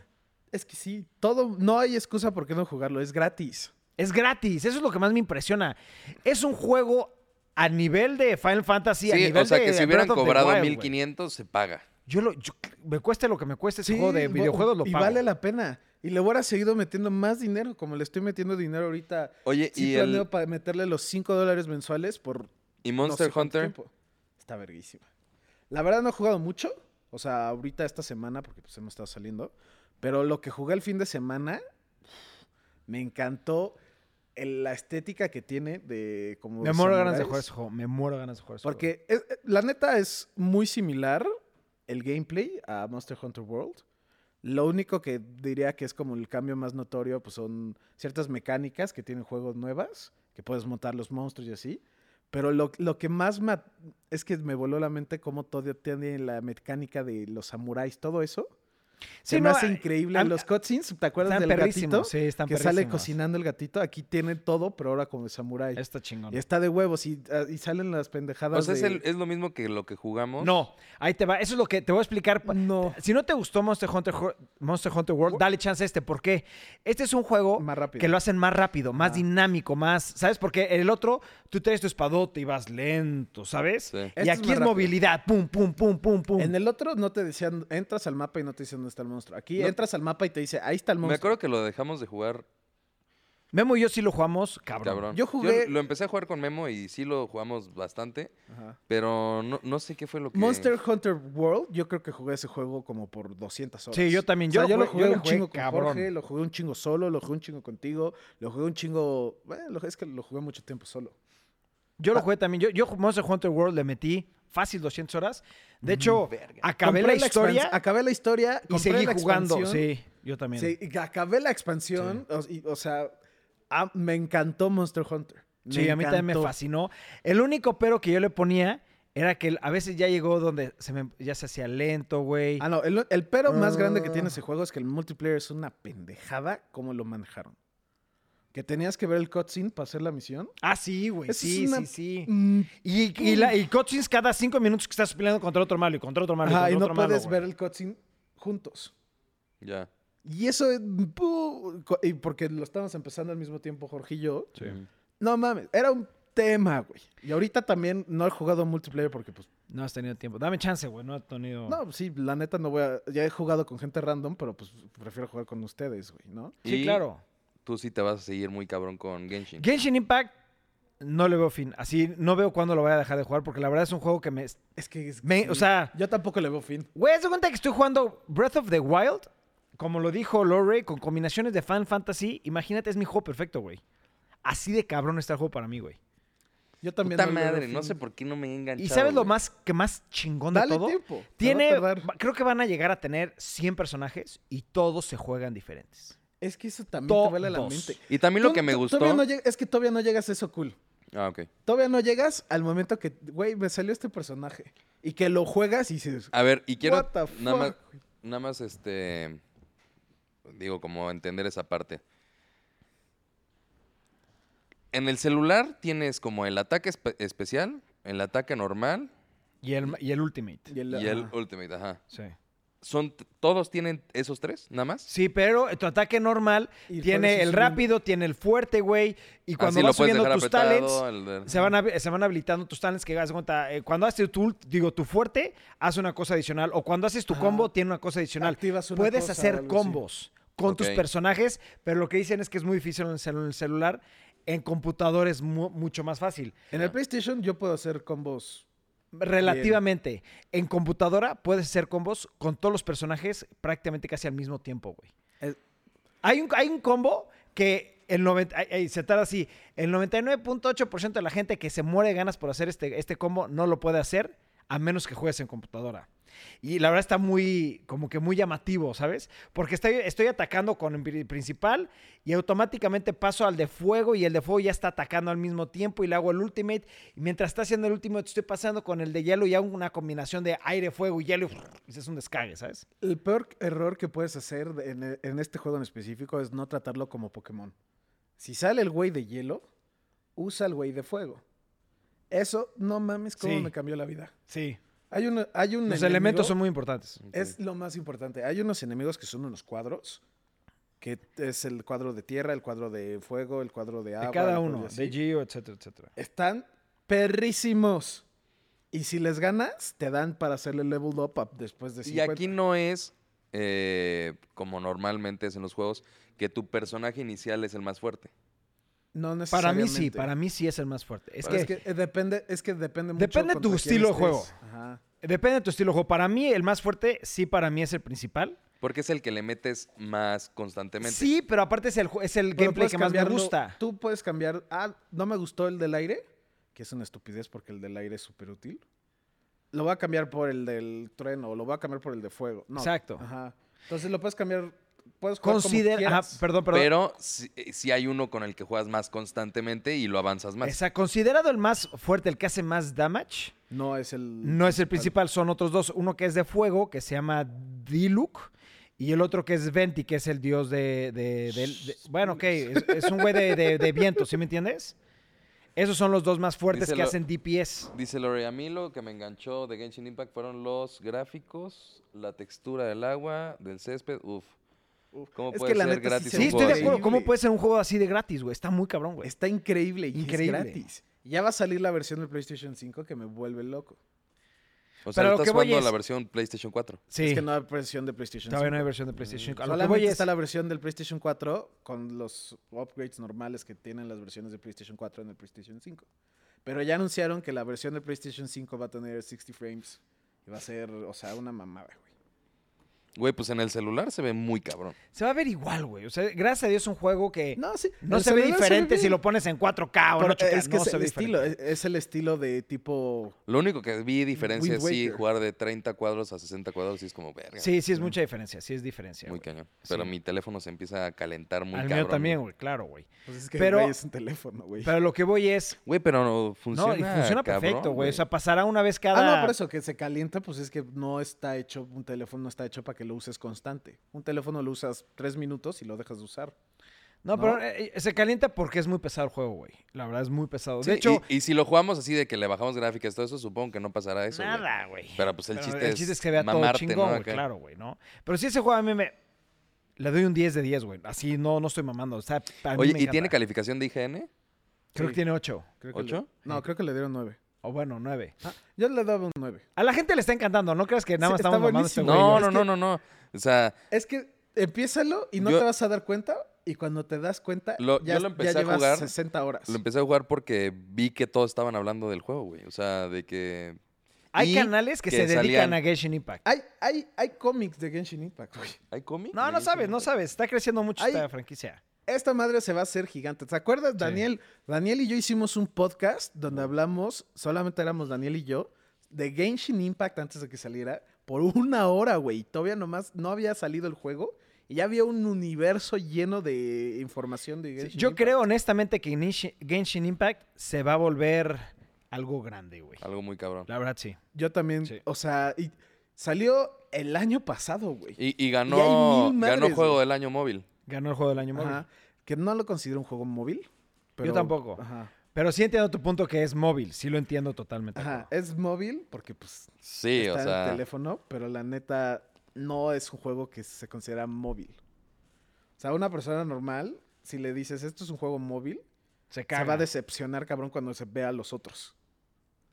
[SPEAKER 2] Es que sí, todo, no hay excusa por qué no jugarlo, es gratis.
[SPEAKER 1] Es gratis, eso es lo que más me impresiona. Es un juego a nivel de Final Fantasy, a
[SPEAKER 3] Sí,
[SPEAKER 1] nivel
[SPEAKER 3] o sea,
[SPEAKER 1] de
[SPEAKER 3] que si hubieran
[SPEAKER 1] Breath of the
[SPEAKER 3] cobrado
[SPEAKER 1] Wild, güey.
[SPEAKER 3] 1500, se paga.
[SPEAKER 1] Yo lo yo- me cueste lo que me cueste ese
[SPEAKER 2] Sí,
[SPEAKER 1] juego de
[SPEAKER 2] bo-
[SPEAKER 1] videojuegos lo
[SPEAKER 2] Y
[SPEAKER 1] pago.
[SPEAKER 2] vale la pena. Y le hubiera seguido metiendo más dinero, como le estoy metiendo dinero ahorita.
[SPEAKER 3] Oye,
[SPEAKER 2] Sí
[SPEAKER 3] y,
[SPEAKER 2] planeo
[SPEAKER 3] el,
[SPEAKER 2] pa- meterle los 5 dólares mensuales por
[SPEAKER 3] y
[SPEAKER 2] no
[SPEAKER 3] Monster
[SPEAKER 2] sé cuánto
[SPEAKER 3] Hunter.
[SPEAKER 2] tiempo. Está verguísima. La verdad no he jugado mucho. O sea, ahorita esta semana, porque pues hemos estado saliendo. Pero lo que jugué el fin de semana, me encantó el- la estética que tiene de como...
[SPEAKER 1] Me muero ganas de
[SPEAKER 2] samuráis.
[SPEAKER 1] jugar ese juego, me muero ganas de jugar ese juego.
[SPEAKER 2] Porque es- eh, la neta es muy similar el gameplay a Monster Hunter World. Lo único que diría que es como el cambio más notorio, pues son ciertas mecánicas que tienen juegos nuevas, que puedes montar los monstruos y así. Pero lo, lo que más me, at- es que me voló la mente cómo todo tiene la mecánica de los samuráis, todo eso.
[SPEAKER 1] Sí,
[SPEAKER 2] Se
[SPEAKER 1] no,
[SPEAKER 2] me hace
[SPEAKER 1] eh,
[SPEAKER 2] increíble.
[SPEAKER 1] am-
[SPEAKER 2] los cutscenes, ¿te acuerdas
[SPEAKER 1] Están
[SPEAKER 2] del
[SPEAKER 1] perrísimos,
[SPEAKER 2] gatito?
[SPEAKER 1] sí, están
[SPEAKER 2] que sale
[SPEAKER 1] perrísimos. Este,
[SPEAKER 2] cocinando el gatito. Aquí tiene todo, pero ahora como el samurái.
[SPEAKER 1] Está chingón.
[SPEAKER 2] Y está de huevos y, ah, y salen las pendejadas
[SPEAKER 3] O sea, es,
[SPEAKER 2] de-
[SPEAKER 3] el- es lo mismo que lo que jugamos.
[SPEAKER 1] No, ahí te va. Eso es lo que te voy a explicar. pa-
[SPEAKER 2] No.
[SPEAKER 1] Si no te gustó Monster Hunter, Ho- Monster Hunter World, dale chance a este. ¿Por qué? Este es un juego
[SPEAKER 2] Más rápido.
[SPEAKER 1] que lo hacen más rápido, más
[SPEAKER 2] Ah.
[SPEAKER 1] dinámico, más. ¿Sabes? Porque el otro, tú traes tu espadote y vas lento, ¿sabes?
[SPEAKER 3] Sí.
[SPEAKER 1] Y
[SPEAKER 2] Este es
[SPEAKER 1] aquí
[SPEAKER 2] más
[SPEAKER 1] es,
[SPEAKER 2] rápido.
[SPEAKER 1] movilidad. Pum, pum, pum, pum, pum.
[SPEAKER 2] En el otro no te decían, entras al mapa y no te dicen dónde está el monstruo. Aquí
[SPEAKER 3] No.
[SPEAKER 2] entras al mapa y te dice, ahí está el
[SPEAKER 3] Me
[SPEAKER 2] monstruo.
[SPEAKER 3] acuerdo que lo dejamos de jugar,
[SPEAKER 1] Memo y yo sí lo jugamos, cabrón.
[SPEAKER 3] cabrón.
[SPEAKER 2] Yo jugué-
[SPEAKER 3] lo empecé a jugar con Memo y sí lo jugamos bastante,
[SPEAKER 2] Ajá.
[SPEAKER 3] pero no, no sé qué fue lo que.
[SPEAKER 2] Monster Hunter World, yo creo que jugué ese juego como por 200 horas.
[SPEAKER 1] Sí, yo también.
[SPEAKER 2] O sea,
[SPEAKER 1] Yo
[SPEAKER 2] yo,
[SPEAKER 1] lo
[SPEAKER 2] lo
[SPEAKER 1] jugué- yo
[SPEAKER 2] jugué,
[SPEAKER 1] lo
[SPEAKER 2] un
[SPEAKER 1] jugué
[SPEAKER 2] chingo con
[SPEAKER 1] cabrón.
[SPEAKER 2] Jorge, lo jugué un chingo solo, lo jugué un chingo contigo, lo jugué un chingo... Bueno, lo- es que lo jugué mucho tiempo solo.
[SPEAKER 1] Yo lo jugué también. Yo, yo Monster Hunter World le metí fácil 200 horas. De hecho, acabé la
[SPEAKER 2] Mm, Compré
[SPEAKER 1] historia
[SPEAKER 2] expans- acabé la historia
[SPEAKER 1] y
[SPEAKER 2] compré
[SPEAKER 1] seguí
[SPEAKER 2] la
[SPEAKER 1] jugando.
[SPEAKER 2] expansión.
[SPEAKER 1] Sí, yo también.
[SPEAKER 2] Sí, y acabé la expansión, o, y- o sea, ah, me encantó Monster Hunter. Me
[SPEAKER 1] Sí, a mí también me
[SPEAKER 2] encantó.
[SPEAKER 1] fascinó. El único pero que yo le ponía era que él- a veces ya llegó donde se me- ya se hacía lento, güey.
[SPEAKER 2] Ah, no, el, el pero más grande que tiene
[SPEAKER 1] Ah.
[SPEAKER 2] ese juego es que el multiplayer es una pendejada como lo manejaron. Que tenías que ver el cutscene para hacer la misión.
[SPEAKER 1] Ah, sí, güey.
[SPEAKER 2] Eso es
[SPEAKER 1] Sí,
[SPEAKER 2] una-
[SPEAKER 1] sí, sí.
[SPEAKER 2] Mm,
[SPEAKER 1] Y, y, la, y cutscenes cada cinco minutos que estás peleando contra otro malo y contra otro malo.
[SPEAKER 2] ajá, y
[SPEAKER 1] contra
[SPEAKER 2] no
[SPEAKER 1] otro malo,
[SPEAKER 2] puedes
[SPEAKER 1] güey.
[SPEAKER 2] ver el cutscene juntos.
[SPEAKER 3] Ya.
[SPEAKER 2] Y eso es... pu- co- Y porque lo estábamos empezando al mismo tiempo, Jorge y yo. No mames, era un tema, güey. Y ahorita también no he jugado multiplayer porque, pues,
[SPEAKER 1] No has tenido tiempo. Dame chance, güey. No has tenido.
[SPEAKER 2] no, sí, la neta no voy a... Ya he jugado con gente random, pero pues prefiero jugar con ustedes, güey, ¿no?
[SPEAKER 1] sí,
[SPEAKER 3] Y
[SPEAKER 1] claro.
[SPEAKER 3] Tú sí te vas a seguir muy cabrón con Genshin.
[SPEAKER 1] Genshin Impact no le veo fin. Así no veo cuándo lo voy a dejar de jugar porque la verdad es un juego que me.
[SPEAKER 2] Es que... es-
[SPEAKER 1] me- O sea,
[SPEAKER 2] Yo tampoco le veo fin.
[SPEAKER 1] Güey, haz de cuenta que estoy jugando Breath of the Wild, como lo dijo Lore, con combinaciones de fan fantasy. Imagínate, es mi juego perfecto, güey. Así de cabrón está el juego para mí, güey.
[SPEAKER 2] Yo también
[SPEAKER 3] Puta
[SPEAKER 2] le veo
[SPEAKER 3] madre, no
[SPEAKER 2] fin.
[SPEAKER 3] sé por qué no me he enganchado.
[SPEAKER 1] ¿Y sabes lo
[SPEAKER 3] güey.
[SPEAKER 1] más que más chingón de
[SPEAKER 2] Dale
[SPEAKER 1] todo?
[SPEAKER 2] tiempo. te va a
[SPEAKER 1] Tiene,
[SPEAKER 2] tardar.
[SPEAKER 1] va- creo que van a llegar a tener 100 personajes y todos se juegan diferentes.
[SPEAKER 2] Es que eso también
[SPEAKER 1] Todos.
[SPEAKER 2] te vale la mente.
[SPEAKER 3] Y también lo
[SPEAKER 2] Tú-
[SPEAKER 3] que me
[SPEAKER 2] tú-
[SPEAKER 3] gustó.
[SPEAKER 2] todavía no lleg- es que todavía no llegas a eso cool.
[SPEAKER 3] Ah, ok.
[SPEAKER 2] Todavía no llegas al momento que, güey, me salió este personaje. Y que lo juegas y dices,
[SPEAKER 3] A ver, y quiero
[SPEAKER 2] What the
[SPEAKER 3] nada más,
[SPEAKER 2] fuck?
[SPEAKER 3] nada más este digo como entender esa parte. En el celular tienes como el ataque espe- especial, el ataque normal
[SPEAKER 1] Y el, y el Ultimate.
[SPEAKER 2] Y el-
[SPEAKER 3] y el
[SPEAKER 2] ajá.
[SPEAKER 3] ultimate, ajá.
[SPEAKER 1] Sí.
[SPEAKER 3] Son t- todos tienen esos tres, nada más.
[SPEAKER 1] Sí, pero tu ataque normal
[SPEAKER 2] Y
[SPEAKER 1] tiene
[SPEAKER 2] pareces
[SPEAKER 1] el
[SPEAKER 2] un-
[SPEAKER 1] rápido, tiene el fuerte, güey. Y cuando vas subiendo tus talents,
[SPEAKER 3] el de-
[SPEAKER 1] se van, hab- se van habilitando tus talents que haz de cuenta. eh, cuando haces tu, ult- digo, tu fuerte, haz una cosa adicional. O cuando haces tu
[SPEAKER 2] Ah.
[SPEAKER 1] combo, tiene una cosa adicional.
[SPEAKER 2] Activas Ah, una
[SPEAKER 1] Puedes
[SPEAKER 2] cosa o
[SPEAKER 1] hacer
[SPEAKER 2] algo así.
[SPEAKER 1] combos con tus
[SPEAKER 3] Ok.
[SPEAKER 1] personajes, pero lo que dicen es que es muy difícil en el, celu- en el celular. En computador es mu- mucho más fácil.
[SPEAKER 2] En el PlayStation yo puedo hacer combos.
[SPEAKER 1] Relativamente. En computadora puedes hacer combos con todos los personajes prácticamente casi al mismo tiempo, güey.
[SPEAKER 2] Es-
[SPEAKER 1] Hay un, hay un combo que el 90, ay, ay, se tarda así. El 99.8% de la gente que se muere de ganas por hacer este, este combo no lo puede hacer a menos que juegues en computadora. Y la verdad está muy, como que muy llamativo, ¿sabes? Porque estoy, estoy atacando con el pri- principal y automáticamente paso al de fuego y el de fuego ya está atacando al mismo tiempo y le hago el ultimate. Y mientras está haciendo el ultimate estoy pasando con el de hielo y hago una combinación de aire, fuego y hielo y es un descargue, ¿sabes?
[SPEAKER 2] El peor error que puedes hacer de- en, en este juego en específico es no tratarlo como Pokémon. Si sale el güey de hielo, usa el güey de fuego. Eso, no mames, cómo
[SPEAKER 1] Sí.
[SPEAKER 2] me cambió la vida.
[SPEAKER 1] Sí.
[SPEAKER 2] Hay, una, hay un
[SPEAKER 1] Los
[SPEAKER 2] enemigo-
[SPEAKER 1] elementos son muy importantes.
[SPEAKER 2] Es lo más importante. Hay unos enemigos que son unos cuadros, que es el cuadro de tierra, el cuadro de fuego, el cuadro de agua.
[SPEAKER 1] De
[SPEAKER 2] el
[SPEAKER 1] cada
[SPEAKER 2] cuadro
[SPEAKER 1] uno,
[SPEAKER 2] así.
[SPEAKER 1] de Gio, etcétera, etcétera.
[SPEAKER 2] Están perrísimos. Y si les ganas, te dan para hacerle level up, up después de
[SPEAKER 3] Y
[SPEAKER 2] 50.
[SPEAKER 3] aquí no es eh, como normalmente es en los juegos que tu personaje inicial es el más fuerte.
[SPEAKER 2] no
[SPEAKER 1] Para
[SPEAKER 2] necesariamente.
[SPEAKER 1] mí sí, para mí sí es el más fuerte. Es
[SPEAKER 2] Es
[SPEAKER 1] que,
[SPEAKER 2] que, eh, depende, es que depende mucho
[SPEAKER 1] Depende
[SPEAKER 2] contra
[SPEAKER 1] tu
[SPEAKER 2] quién
[SPEAKER 1] estilo de
[SPEAKER 2] estés.
[SPEAKER 1] juego.
[SPEAKER 2] Ajá.
[SPEAKER 1] depende de tu estilo de juego. Para mí el más fuerte sí para mí es el principal.
[SPEAKER 3] Porque es el que le metes más constantemente.
[SPEAKER 1] Sí, pero aparte es el, ju- es el
[SPEAKER 2] Pero
[SPEAKER 1] gameplay
[SPEAKER 2] puedes
[SPEAKER 1] que más me
[SPEAKER 2] cambiarlo-
[SPEAKER 1] gusta.
[SPEAKER 2] Tú puedes cambiar. Ah, no me gustó el del aire, que es una estupidez porque el del aire es súper útil. Lo voy a cambiar por el del trueno o lo voy a cambiar por el de fuego. No.
[SPEAKER 1] Exacto.
[SPEAKER 2] Ajá. Entonces lo puedes cambiar. Puedes jugar como
[SPEAKER 1] Considera, ah,
[SPEAKER 2] quieras.
[SPEAKER 1] perdón, perdón.
[SPEAKER 3] Pero si, hay uno con el que juegas más constantemente y lo avanzas más.
[SPEAKER 1] Esa- considerado el más fuerte, el que hace más damage,
[SPEAKER 2] No es el.
[SPEAKER 1] no es el principal, son otros dos. Uno que es de fuego, que se llama Diluc, y el otro que es Venti, que es el dios de... de- del- de- bueno, ok, es, es un güey de, de- de viento, ¿sí me entiendes? Esos son los dos más fuertes que
[SPEAKER 3] Díselo.
[SPEAKER 1] hacen DPS.
[SPEAKER 3] Dice Lore, a mí lo que me enganchó de Genshin Impact fueron los gráficos, la textura del agua, del césped, uf.
[SPEAKER 2] Uf.
[SPEAKER 3] ¿Cómo
[SPEAKER 2] Es
[SPEAKER 3] puede
[SPEAKER 2] que la
[SPEAKER 3] ser
[SPEAKER 2] neta sí
[SPEAKER 3] gratis
[SPEAKER 2] se
[SPEAKER 3] un
[SPEAKER 1] Sí, estoy de
[SPEAKER 3] juego así?
[SPEAKER 1] acuerdo. ¿Cómo
[SPEAKER 2] Increíble.
[SPEAKER 1] puede ser un juego así de gratis, güey? Está muy cabrón, güey.
[SPEAKER 2] Está increíble y
[SPEAKER 1] Increíble.
[SPEAKER 2] es gratis. Ya va a salir la versión del PlayStation 5 que me vuelve loco.
[SPEAKER 3] O sea,
[SPEAKER 1] Pero lo
[SPEAKER 3] estás
[SPEAKER 1] que voy
[SPEAKER 3] jugando
[SPEAKER 1] es-
[SPEAKER 3] la versión PlayStation 4.
[SPEAKER 1] Sí,
[SPEAKER 2] Es que no hay versión de PlayStation
[SPEAKER 1] todavía
[SPEAKER 2] 5.
[SPEAKER 1] no hay versión de PlayStation. A lo que
[SPEAKER 2] Solamente
[SPEAKER 1] voy es-
[SPEAKER 2] está la versión del PlayStation 4 con los upgrades normales que tienen las versiones de PlayStation 4 en el PlayStation 5. Pero ya anunciaron que la versión de PlayStation 5 va a tener 60 frames y va a ser, o sea, una mamada, güey.
[SPEAKER 3] Güey, pues en el celular se ve muy cabrón.
[SPEAKER 1] Se va a ver igual, güey. O sea, gracias a Dios es un juego que no,
[SPEAKER 2] No, sí. el
[SPEAKER 1] se ve
[SPEAKER 2] celular
[SPEAKER 1] diferente si
[SPEAKER 2] bien.
[SPEAKER 1] lo pones en 4K o en
[SPEAKER 2] Pero
[SPEAKER 1] 8K.
[SPEAKER 2] es que
[SPEAKER 1] no
[SPEAKER 2] es
[SPEAKER 1] se
[SPEAKER 2] el
[SPEAKER 1] ve
[SPEAKER 2] estilo,
[SPEAKER 1] diferente.
[SPEAKER 2] es, es el estilo de tipo.
[SPEAKER 3] Lo único que vi diferencia es
[SPEAKER 2] Wind
[SPEAKER 3] sí
[SPEAKER 2] Waker.
[SPEAKER 3] jugar de 30 cuadros a 60 cuadros y es como verga.
[SPEAKER 1] Sí, sí, es mucha diferencia. Sí, es diferencia.
[SPEAKER 3] Muy
[SPEAKER 1] güey.
[SPEAKER 3] cañón. Pero
[SPEAKER 1] Sí.
[SPEAKER 3] mi teléfono se empieza a calentar muy
[SPEAKER 1] Al
[SPEAKER 3] cabrón.
[SPEAKER 1] mío también, güey, claro, güey.
[SPEAKER 2] Pues es que
[SPEAKER 1] Pero-
[SPEAKER 2] güey, es un teléfono, güey.
[SPEAKER 1] Pero lo que voy es.
[SPEAKER 3] Güey, pero no, funciona.
[SPEAKER 1] no, y funciona
[SPEAKER 3] cabrón,
[SPEAKER 1] perfecto, güey. O sea, pasará una vez cada.
[SPEAKER 2] Ah, no, por eso que se calienta, pues es que no está hecho, un teléfono no está hecho para que lo uses constante. Un teléfono lo usas tres minutos y lo dejas de usar.
[SPEAKER 1] No,
[SPEAKER 2] ¿no?
[SPEAKER 1] pero eh, eh, se calienta porque es muy pesado el juego, güey. La verdad es muy pesado.
[SPEAKER 3] Sí,
[SPEAKER 1] de hecho,
[SPEAKER 3] y, y si lo jugamos así de que le bajamos gráficas, todo eso, supongo que no pasará eso. güey.
[SPEAKER 1] nada, güey.
[SPEAKER 3] Pero pues el
[SPEAKER 1] Pero
[SPEAKER 3] chiste es.
[SPEAKER 1] es que se vea todo
[SPEAKER 3] mamarte, ¿no?
[SPEAKER 1] chingón, güey.
[SPEAKER 3] Acá.
[SPEAKER 1] Claro, güey, ¿no? Pero si ese juego a mí me. Le doy un 10 de 10, güey. Así no, no estoy mamando. O sea, a mí
[SPEAKER 3] Oye,
[SPEAKER 1] me
[SPEAKER 3] ¿y tiene
[SPEAKER 1] encanta.
[SPEAKER 3] calificación de IGN?
[SPEAKER 1] Creo que
[SPEAKER 2] Sí.
[SPEAKER 1] tiene 8.
[SPEAKER 2] Creo que le-
[SPEAKER 3] ¿Ocho?
[SPEAKER 2] no, creo que le dieron nueve.
[SPEAKER 1] O bueno, 9.
[SPEAKER 2] Ah, yo le daba un nueve.
[SPEAKER 1] A la gente le está encantando. No creas que nada
[SPEAKER 2] Sí,
[SPEAKER 1] más
[SPEAKER 2] está
[SPEAKER 1] estamos mamando este
[SPEAKER 2] buenísimo.
[SPEAKER 1] güey.
[SPEAKER 3] No,
[SPEAKER 2] es
[SPEAKER 3] no,
[SPEAKER 2] que-
[SPEAKER 3] no, no, no. O sea,
[SPEAKER 2] Es que empiézalo y no
[SPEAKER 3] Yo-
[SPEAKER 2] te vas a dar cuenta y cuando te das cuenta
[SPEAKER 3] Lo-
[SPEAKER 2] ya,
[SPEAKER 3] yo lo
[SPEAKER 2] ya
[SPEAKER 3] empecé a
[SPEAKER 2] llevas
[SPEAKER 3] jugar-
[SPEAKER 2] 60 horas.
[SPEAKER 3] lo empecé a jugar porque vi que todos estaban hablando del juego, güey. O sea, de que.
[SPEAKER 1] Hay
[SPEAKER 3] Y
[SPEAKER 1] canales que,
[SPEAKER 3] que
[SPEAKER 1] se dedican
[SPEAKER 3] salían-
[SPEAKER 1] a Genshin Impact.
[SPEAKER 2] Hay, hay, hay cómics de Genshin Impact, güey.
[SPEAKER 3] ¿Hay cómic?
[SPEAKER 1] No, no sabes, no sabes. Está creciendo mucho
[SPEAKER 2] Hay-
[SPEAKER 1] esta franquicia.
[SPEAKER 2] Esta madre se va a hacer gigante. ¿Te acuerdas, Daniel? Daniel y yo hicimos un podcast donde hablamos, solamente éramos Daniel y yo, de Genshin Impact antes de que saliera, por una hora, güey. Todavía nomás no había salido el juego y ya había un universo lleno de información de Genshin
[SPEAKER 1] Yo
[SPEAKER 2] Impact.
[SPEAKER 1] creo honestamente que Genshin- Genshin Impact se va a volver algo grande, güey.
[SPEAKER 3] Algo muy cabrón.
[SPEAKER 1] La verdad, sí.
[SPEAKER 2] Yo también,
[SPEAKER 1] Sí.
[SPEAKER 2] o sea, y salió el año pasado, güey.
[SPEAKER 3] Y, y ganó,
[SPEAKER 2] mil
[SPEAKER 3] ganó
[SPEAKER 2] madres,
[SPEAKER 3] juego
[SPEAKER 2] güey.
[SPEAKER 3] del año móvil.
[SPEAKER 1] Ganó el juego del año
[SPEAKER 2] Ajá.
[SPEAKER 1] móvil.
[SPEAKER 2] Que no lo considero un juego móvil. pero-
[SPEAKER 1] tampoco.
[SPEAKER 2] Ajá.
[SPEAKER 1] Pero sí entiendo tu punto que es móvil. Sí lo entiendo totalmente.
[SPEAKER 2] Ajá.
[SPEAKER 1] Ajá.
[SPEAKER 2] Es móvil porque pues
[SPEAKER 3] Sí,
[SPEAKER 2] está
[SPEAKER 3] o
[SPEAKER 2] en el
[SPEAKER 3] sea.
[SPEAKER 2] teléfono, pero la neta no es un juego que se considera móvil. O sea, una persona normal, si le dices esto es un juego móvil,
[SPEAKER 1] Se
[SPEAKER 2] se va
[SPEAKER 1] caga.
[SPEAKER 2] a decepcionar cabrón cuando se vea a los otros.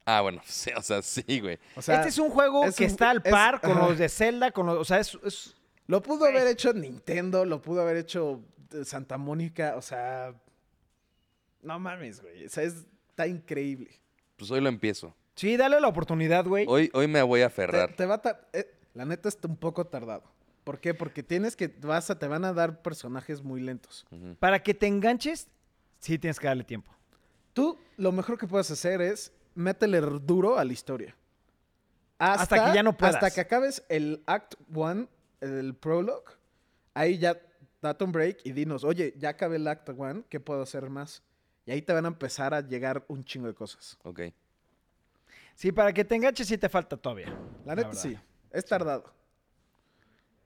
[SPEAKER 3] Ah, bueno, sí, o sea, sí, güey.
[SPEAKER 2] O sea,
[SPEAKER 1] este es un juego
[SPEAKER 2] es
[SPEAKER 1] que
[SPEAKER 2] un-
[SPEAKER 1] está al
[SPEAKER 2] es-
[SPEAKER 1] par con
[SPEAKER 2] ajá.
[SPEAKER 1] los de Zelda, con los... O sea, es... es-
[SPEAKER 2] lo pudo haber hecho Nintendo, lo pudo haber hecho eh, Santa Mónica, o sea, no mames, güey. O sea, es- está increíble.
[SPEAKER 3] Pues hoy lo empiezo.
[SPEAKER 1] Sí, dale la oportunidad, güey.
[SPEAKER 3] Hoy, hoy me voy a
[SPEAKER 2] Te,
[SPEAKER 3] aferrar.
[SPEAKER 2] te va a tar- eh, la neta está un poco tardado. ¿Por qué? Porque tienes que vas a te van a dar personajes muy lentos.
[SPEAKER 3] Ujú.
[SPEAKER 1] Para que te enganches, sí tienes que darle tiempo.
[SPEAKER 2] Tú lo mejor que puedes hacer es métele duro a la historia.
[SPEAKER 1] Hasta que ya no puedas.
[SPEAKER 2] Hasta que acabes el Act 1, el prologue, ahí ya date un break y dinos, oye, ya acabé el Act 1, ¿qué puedo hacer más? Y ahí te van a empezar a llegar un chingo de cosas.
[SPEAKER 3] Ok.
[SPEAKER 1] Sí, para que te enganches sí te falta todavía.
[SPEAKER 2] La neta
[SPEAKER 1] verdad.
[SPEAKER 2] sí, es tardado.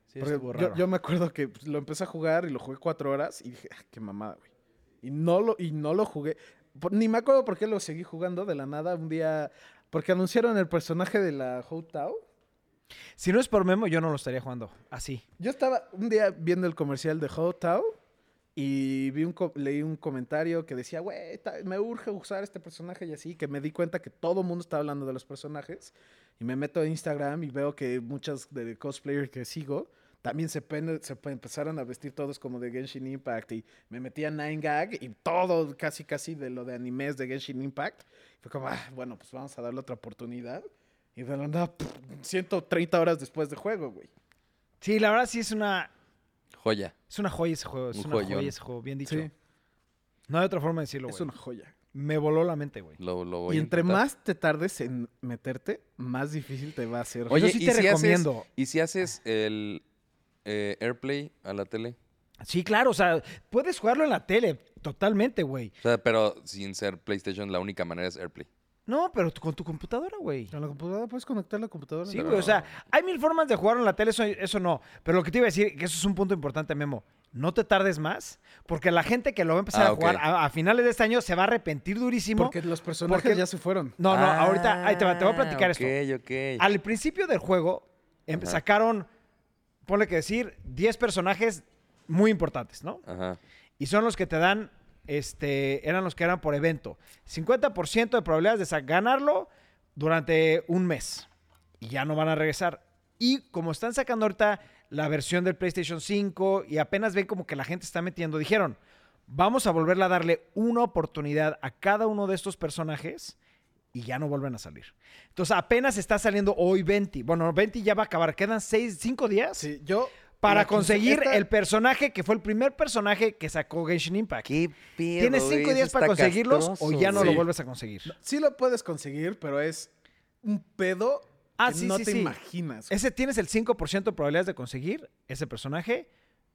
[SPEAKER 3] Sí,
[SPEAKER 2] Porque
[SPEAKER 1] estuvo
[SPEAKER 2] yo-
[SPEAKER 1] raro.
[SPEAKER 2] Yo, me acuerdo que pues, lo empecé a jugar y lo jugué cuatro horas y dije, "Ah, qué mamada, güey. Y no lo, y no lo jugué. Por- ni me acuerdo por qué lo seguí jugando de la nada un día. Porque anunciaron el personaje de la Hou Tao.
[SPEAKER 1] Si no es por Memo, yo no lo estaría jugando. Así.
[SPEAKER 2] Yo estaba un día viendo el comercial de Hou Tao y vi un co- leí un comentario que decía, güey, ta- me urge usar este personaje y así, que me di cuenta que todo el mundo estaba hablando de los personajes. Y me meto a Instagram y veo que muchas de cosplayers que sigo también se, pen- se pe- empezaron a vestir todos como de Genshin Impact. Y me metí a Nine Gag y todo casi casi de lo de animes de Genshin Impact. Fue como, "Ah, bueno, pues vamos a darle otra oportunidad. Y de la nada, 130 horas después de juego, güey.
[SPEAKER 1] Sí, la verdad sí es una...
[SPEAKER 3] Joya.
[SPEAKER 1] Es una joya ese juego. Es
[SPEAKER 3] Un
[SPEAKER 1] una
[SPEAKER 3] joyón.
[SPEAKER 1] joya ese juego. Bien dicho.
[SPEAKER 2] Sí.
[SPEAKER 1] No hay otra forma de decirlo,
[SPEAKER 2] Es
[SPEAKER 1] güey.
[SPEAKER 2] una joya.
[SPEAKER 1] Me voló la mente, güey.
[SPEAKER 3] Lo, lo voy
[SPEAKER 2] Y
[SPEAKER 3] a
[SPEAKER 2] entre
[SPEAKER 3] intentar.
[SPEAKER 2] más te tardes en meterte, más difícil te va a hacer.
[SPEAKER 3] Oye,
[SPEAKER 1] Yo sí
[SPEAKER 3] ¿y
[SPEAKER 1] te
[SPEAKER 3] si haces-
[SPEAKER 1] recomiendo.
[SPEAKER 3] ¿Y si haces el eh, AirPlay a la tele?
[SPEAKER 1] Sí, claro, o sea, puedes jugarlo en la tele, totalmente, güey.
[SPEAKER 3] O sea, pero sin ser PlayStation, la única manera es AirPlay.
[SPEAKER 1] No, pero tú- con tu computadora, güey.
[SPEAKER 2] Con la computadora puedes conectar la computadora.
[SPEAKER 1] Sí,
[SPEAKER 3] pero
[SPEAKER 1] güey, o sea,
[SPEAKER 3] no.
[SPEAKER 1] hay mil formas de jugarlo en la tele, eso, eso no. Pero lo que te iba a decir, que eso es un punto importante, Memo. No te tardes más, porque la gente que lo va a empezar
[SPEAKER 3] Ah,
[SPEAKER 1] a
[SPEAKER 3] ok.
[SPEAKER 1] jugar a, a finales de este año se va a arrepentir durísimo.
[SPEAKER 2] Porque los personajes
[SPEAKER 1] Porque-
[SPEAKER 2] ya se fueron.
[SPEAKER 1] No, no, ahorita ahí te, va- te voy a platicar esto.
[SPEAKER 3] esto. Ah, Ok, ok.
[SPEAKER 1] Al principio del juego em-
[SPEAKER 3] Ajá.
[SPEAKER 1] sacaron, ponle que decir, 10 personajes muy importantes, ¿no?
[SPEAKER 3] Ajá.
[SPEAKER 1] Y son los que te dan, este, eran los que eran por evento. 50% de probabilidades de sa- ganarlo durante un mes. Y ya no van a regresar. Y como están sacando ahorita la versión del PlayStation 5 y apenas ven como que la gente está metiendo, dijeron, vamos a volverla a darle una oportunidad a cada uno de estos personajes y ya no vuelven a salir. Entonces apenas está saliendo hoy 20. Bueno, 20 ya va a acabar. Quedan 6, 5 días
[SPEAKER 2] Sí, yo.
[SPEAKER 1] para
[SPEAKER 2] la quince-
[SPEAKER 1] conseguir
[SPEAKER 2] esta-
[SPEAKER 1] el personaje que fue el primer personaje que sacó Genshin Impact. Tienes 5 días para conseguirlos o ya no lo
[SPEAKER 2] Sí.
[SPEAKER 1] vuelves a conseguir.
[SPEAKER 2] Sí lo puedes conseguir, pero es un pedo
[SPEAKER 1] Ah,
[SPEAKER 2] que
[SPEAKER 1] sí,
[SPEAKER 2] no
[SPEAKER 1] sí,
[SPEAKER 2] te
[SPEAKER 1] sí.
[SPEAKER 2] imaginas.
[SPEAKER 1] Ese tienes el 5% de probabilidades de conseguir ese personaje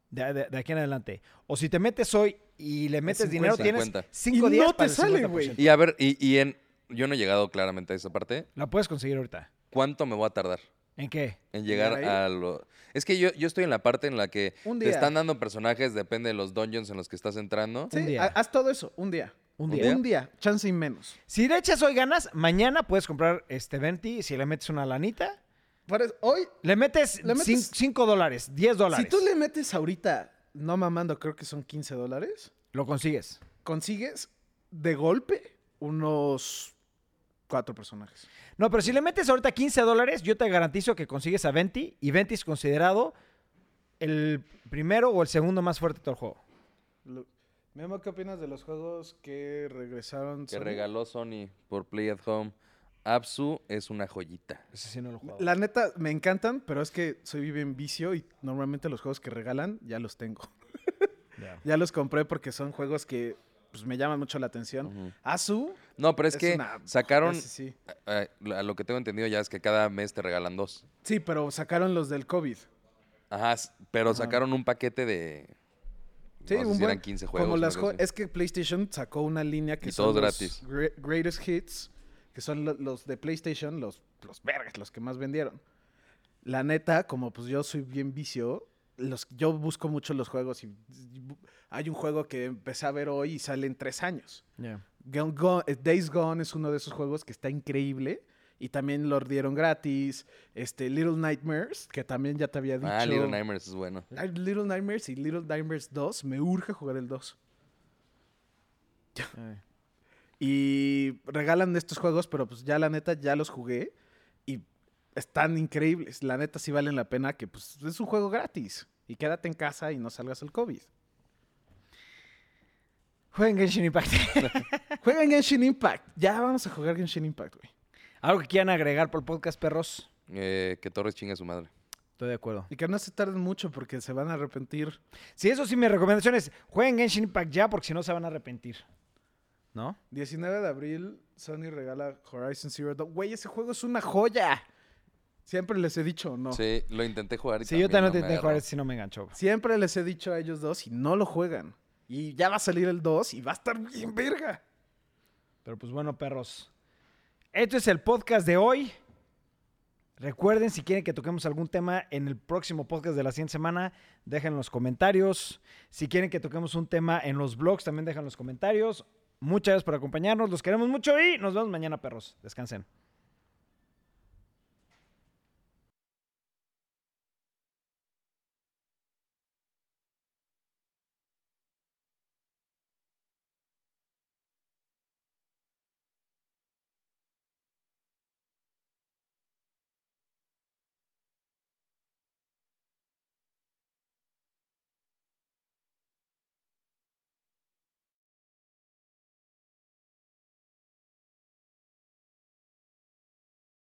[SPEAKER 1] de, de- de aquí en adelante. O si te metes hoy y le metes dinero,
[SPEAKER 3] 50.
[SPEAKER 1] tienes 5
[SPEAKER 2] Y
[SPEAKER 1] días
[SPEAKER 2] no
[SPEAKER 1] para
[SPEAKER 2] te
[SPEAKER 1] el
[SPEAKER 2] sale,
[SPEAKER 1] 50%.
[SPEAKER 2] güey.
[SPEAKER 3] Y a ver, y, y en. Yo no he llegado claramente a esa parte.
[SPEAKER 1] La puedes conseguir ahorita.
[SPEAKER 3] ¿Cuánto me voy a tardar
[SPEAKER 1] ¿En qué?
[SPEAKER 3] en llegar
[SPEAKER 2] ¿Llegar ahí?
[SPEAKER 3] a lo.? Es que yo, yo estoy en la parte en la que
[SPEAKER 2] Un
[SPEAKER 3] te
[SPEAKER 2] día.
[SPEAKER 3] están dando personajes, depende de los dungeons en los que estás entrando.
[SPEAKER 2] Sí,
[SPEAKER 1] Un día.
[SPEAKER 2] ha- haz todo eso, un día.
[SPEAKER 1] Un
[SPEAKER 3] Un día.
[SPEAKER 1] día.
[SPEAKER 2] Un día, chance y menos.
[SPEAKER 1] Si le echas hoy ganas, mañana puedes comprar este 20. Si le metes una lanita,
[SPEAKER 2] Por eso, hoy,
[SPEAKER 1] le metes
[SPEAKER 2] Le metes-
[SPEAKER 1] 5 dólares, 10 dólares.
[SPEAKER 2] si tú le metes ahorita, no mamando, creo que son 15 dólares,
[SPEAKER 1] Lo consigues.
[SPEAKER 2] consigues de golpe unos cuatro personajes.
[SPEAKER 1] No, pero si le metes ahorita 15 dólares, yo te garantizo que consigues a 20. Y 20 es considerado el primero o el segundo más fuerte de todo el juego.
[SPEAKER 2] Lo- Memo, ¿qué opinas de los juegos que regresaron?
[SPEAKER 3] Que
[SPEAKER 2] Sony?
[SPEAKER 3] regaló Sony por Play at Home. Absu es una joyita.
[SPEAKER 1] Ese sí no lo he jugado.
[SPEAKER 2] La neta, me encantan, pero es que soy bien vicio y normalmente los juegos que regalan ya los tengo.
[SPEAKER 1] Ya.
[SPEAKER 2] Ya los compré porque son juegos que pues, me llaman mucho la atención.
[SPEAKER 3] Ujú.
[SPEAKER 2] Azu
[SPEAKER 3] No, pero es,
[SPEAKER 2] Es
[SPEAKER 3] que
[SPEAKER 2] una-
[SPEAKER 3] sacaron.
[SPEAKER 2] ese sí.
[SPEAKER 3] A, a- a lo que tengo entendido ya es que cada mes te regalan dos.
[SPEAKER 2] Sí, pero sacaron los del COVID.
[SPEAKER 3] Ajá, s- pero sacaron un paquete de.
[SPEAKER 2] Sí,
[SPEAKER 3] no sé
[SPEAKER 2] un
[SPEAKER 3] si
[SPEAKER 2] buen-
[SPEAKER 3] eran 15 juegos.
[SPEAKER 2] Como
[SPEAKER 3] una
[SPEAKER 2] las
[SPEAKER 3] cosa
[SPEAKER 2] jo-
[SPEAKER 3] así.
[SPEAKER 2] es que PlayStation sacó una línea que
[SPEAKER 3] Y
[SPEAKER 2] son
[SPEAKER 3] todos
[SPEAKER 2] los
[SPEAKER 3] gratis.
[SPEAKER 2] gre- Greatest Hits, que son lo- los de PlayStation, los, los vergas, los que más vendieron. La neta, como pues yo soy bien vicio, los, yo busco mucho los juegos y y bu- hay un juego que empecé a ver hoy y sale en tres años.
[SPEAKER 1] Ya.
[SPEAKER 2] Gone- Gone- eh, Days Gone es uno de esos juegos que está increíble y también lo dieron gratis. Este Little Nightmares, que también ya te había dicho.
[SPEAKER 3] Ah, Little Nightmares es bueno.
[SPEAKER 2] Ay, Little Nightmares y Little Nightmares 2, me urge jugar el 2.
[SPEAKER 1] Ay.
[SPEAKER 2] Y regalan estos juegos, pero pues ya la neta ya los jugué y están increíbles. La neta sí valen la pena que pues es un juego gratis y quédate en casa y no salgas al COVID.
[SPEAKER 1] Jueguen Genshin Impact.
[SPEAKER 2] Juegan Genshin Impact. Ya vamos a jugar Genshin Impact, güey.
[SPEAKER 1] Algo que quieran agregar por el podcast, perros.
[SPEAKER 3] Eh, que Torres chinga a su madre.
[SPEAKER 1] Estoy de acuerdo.
[SPEAKER 2] Y que no se tarden mucho porque se van a arrepentir.
[SPEAKER 1] Sí, eso sí, mi recomendación es jueguen Genshin Impact ya porque si no se van a arrepentir. ¿No?
[SPEAKER 2] 19 de abril, Sony regala Horizon Zero Dawn. Güey, ese juego es una joya. Siempre les he dicho, ¿no?
[SPEAKER 3] Sí, lo intenté jugar. Y
[SPEAKER 1] Sí, yo también
[SPEAKER 3] no me
[SPEAKER 1] intenté jugar
[SPEAKER 3] agarró.
[SPEAKER 1] ese si no me enganchó.
[SPEAKER 2] Siempre les he dicho a ellos dos y no lo juegan. Y ya va a salir el 2 y va a estar bien verga.
[SPEAKER 1] Pero pues bueno, perros. Esto es el podcast de hoy. Recuerden, si quieren que toquemos algún tema en el próximo podcast de la siguiente semana, dejen en los comentarios. Si quieren que toquemos un tema en los blogs, también dejen los comentarios. Muchas gracias por acompañarnos. Los queremos mucho y nos vemos mañana, perros. Descansen.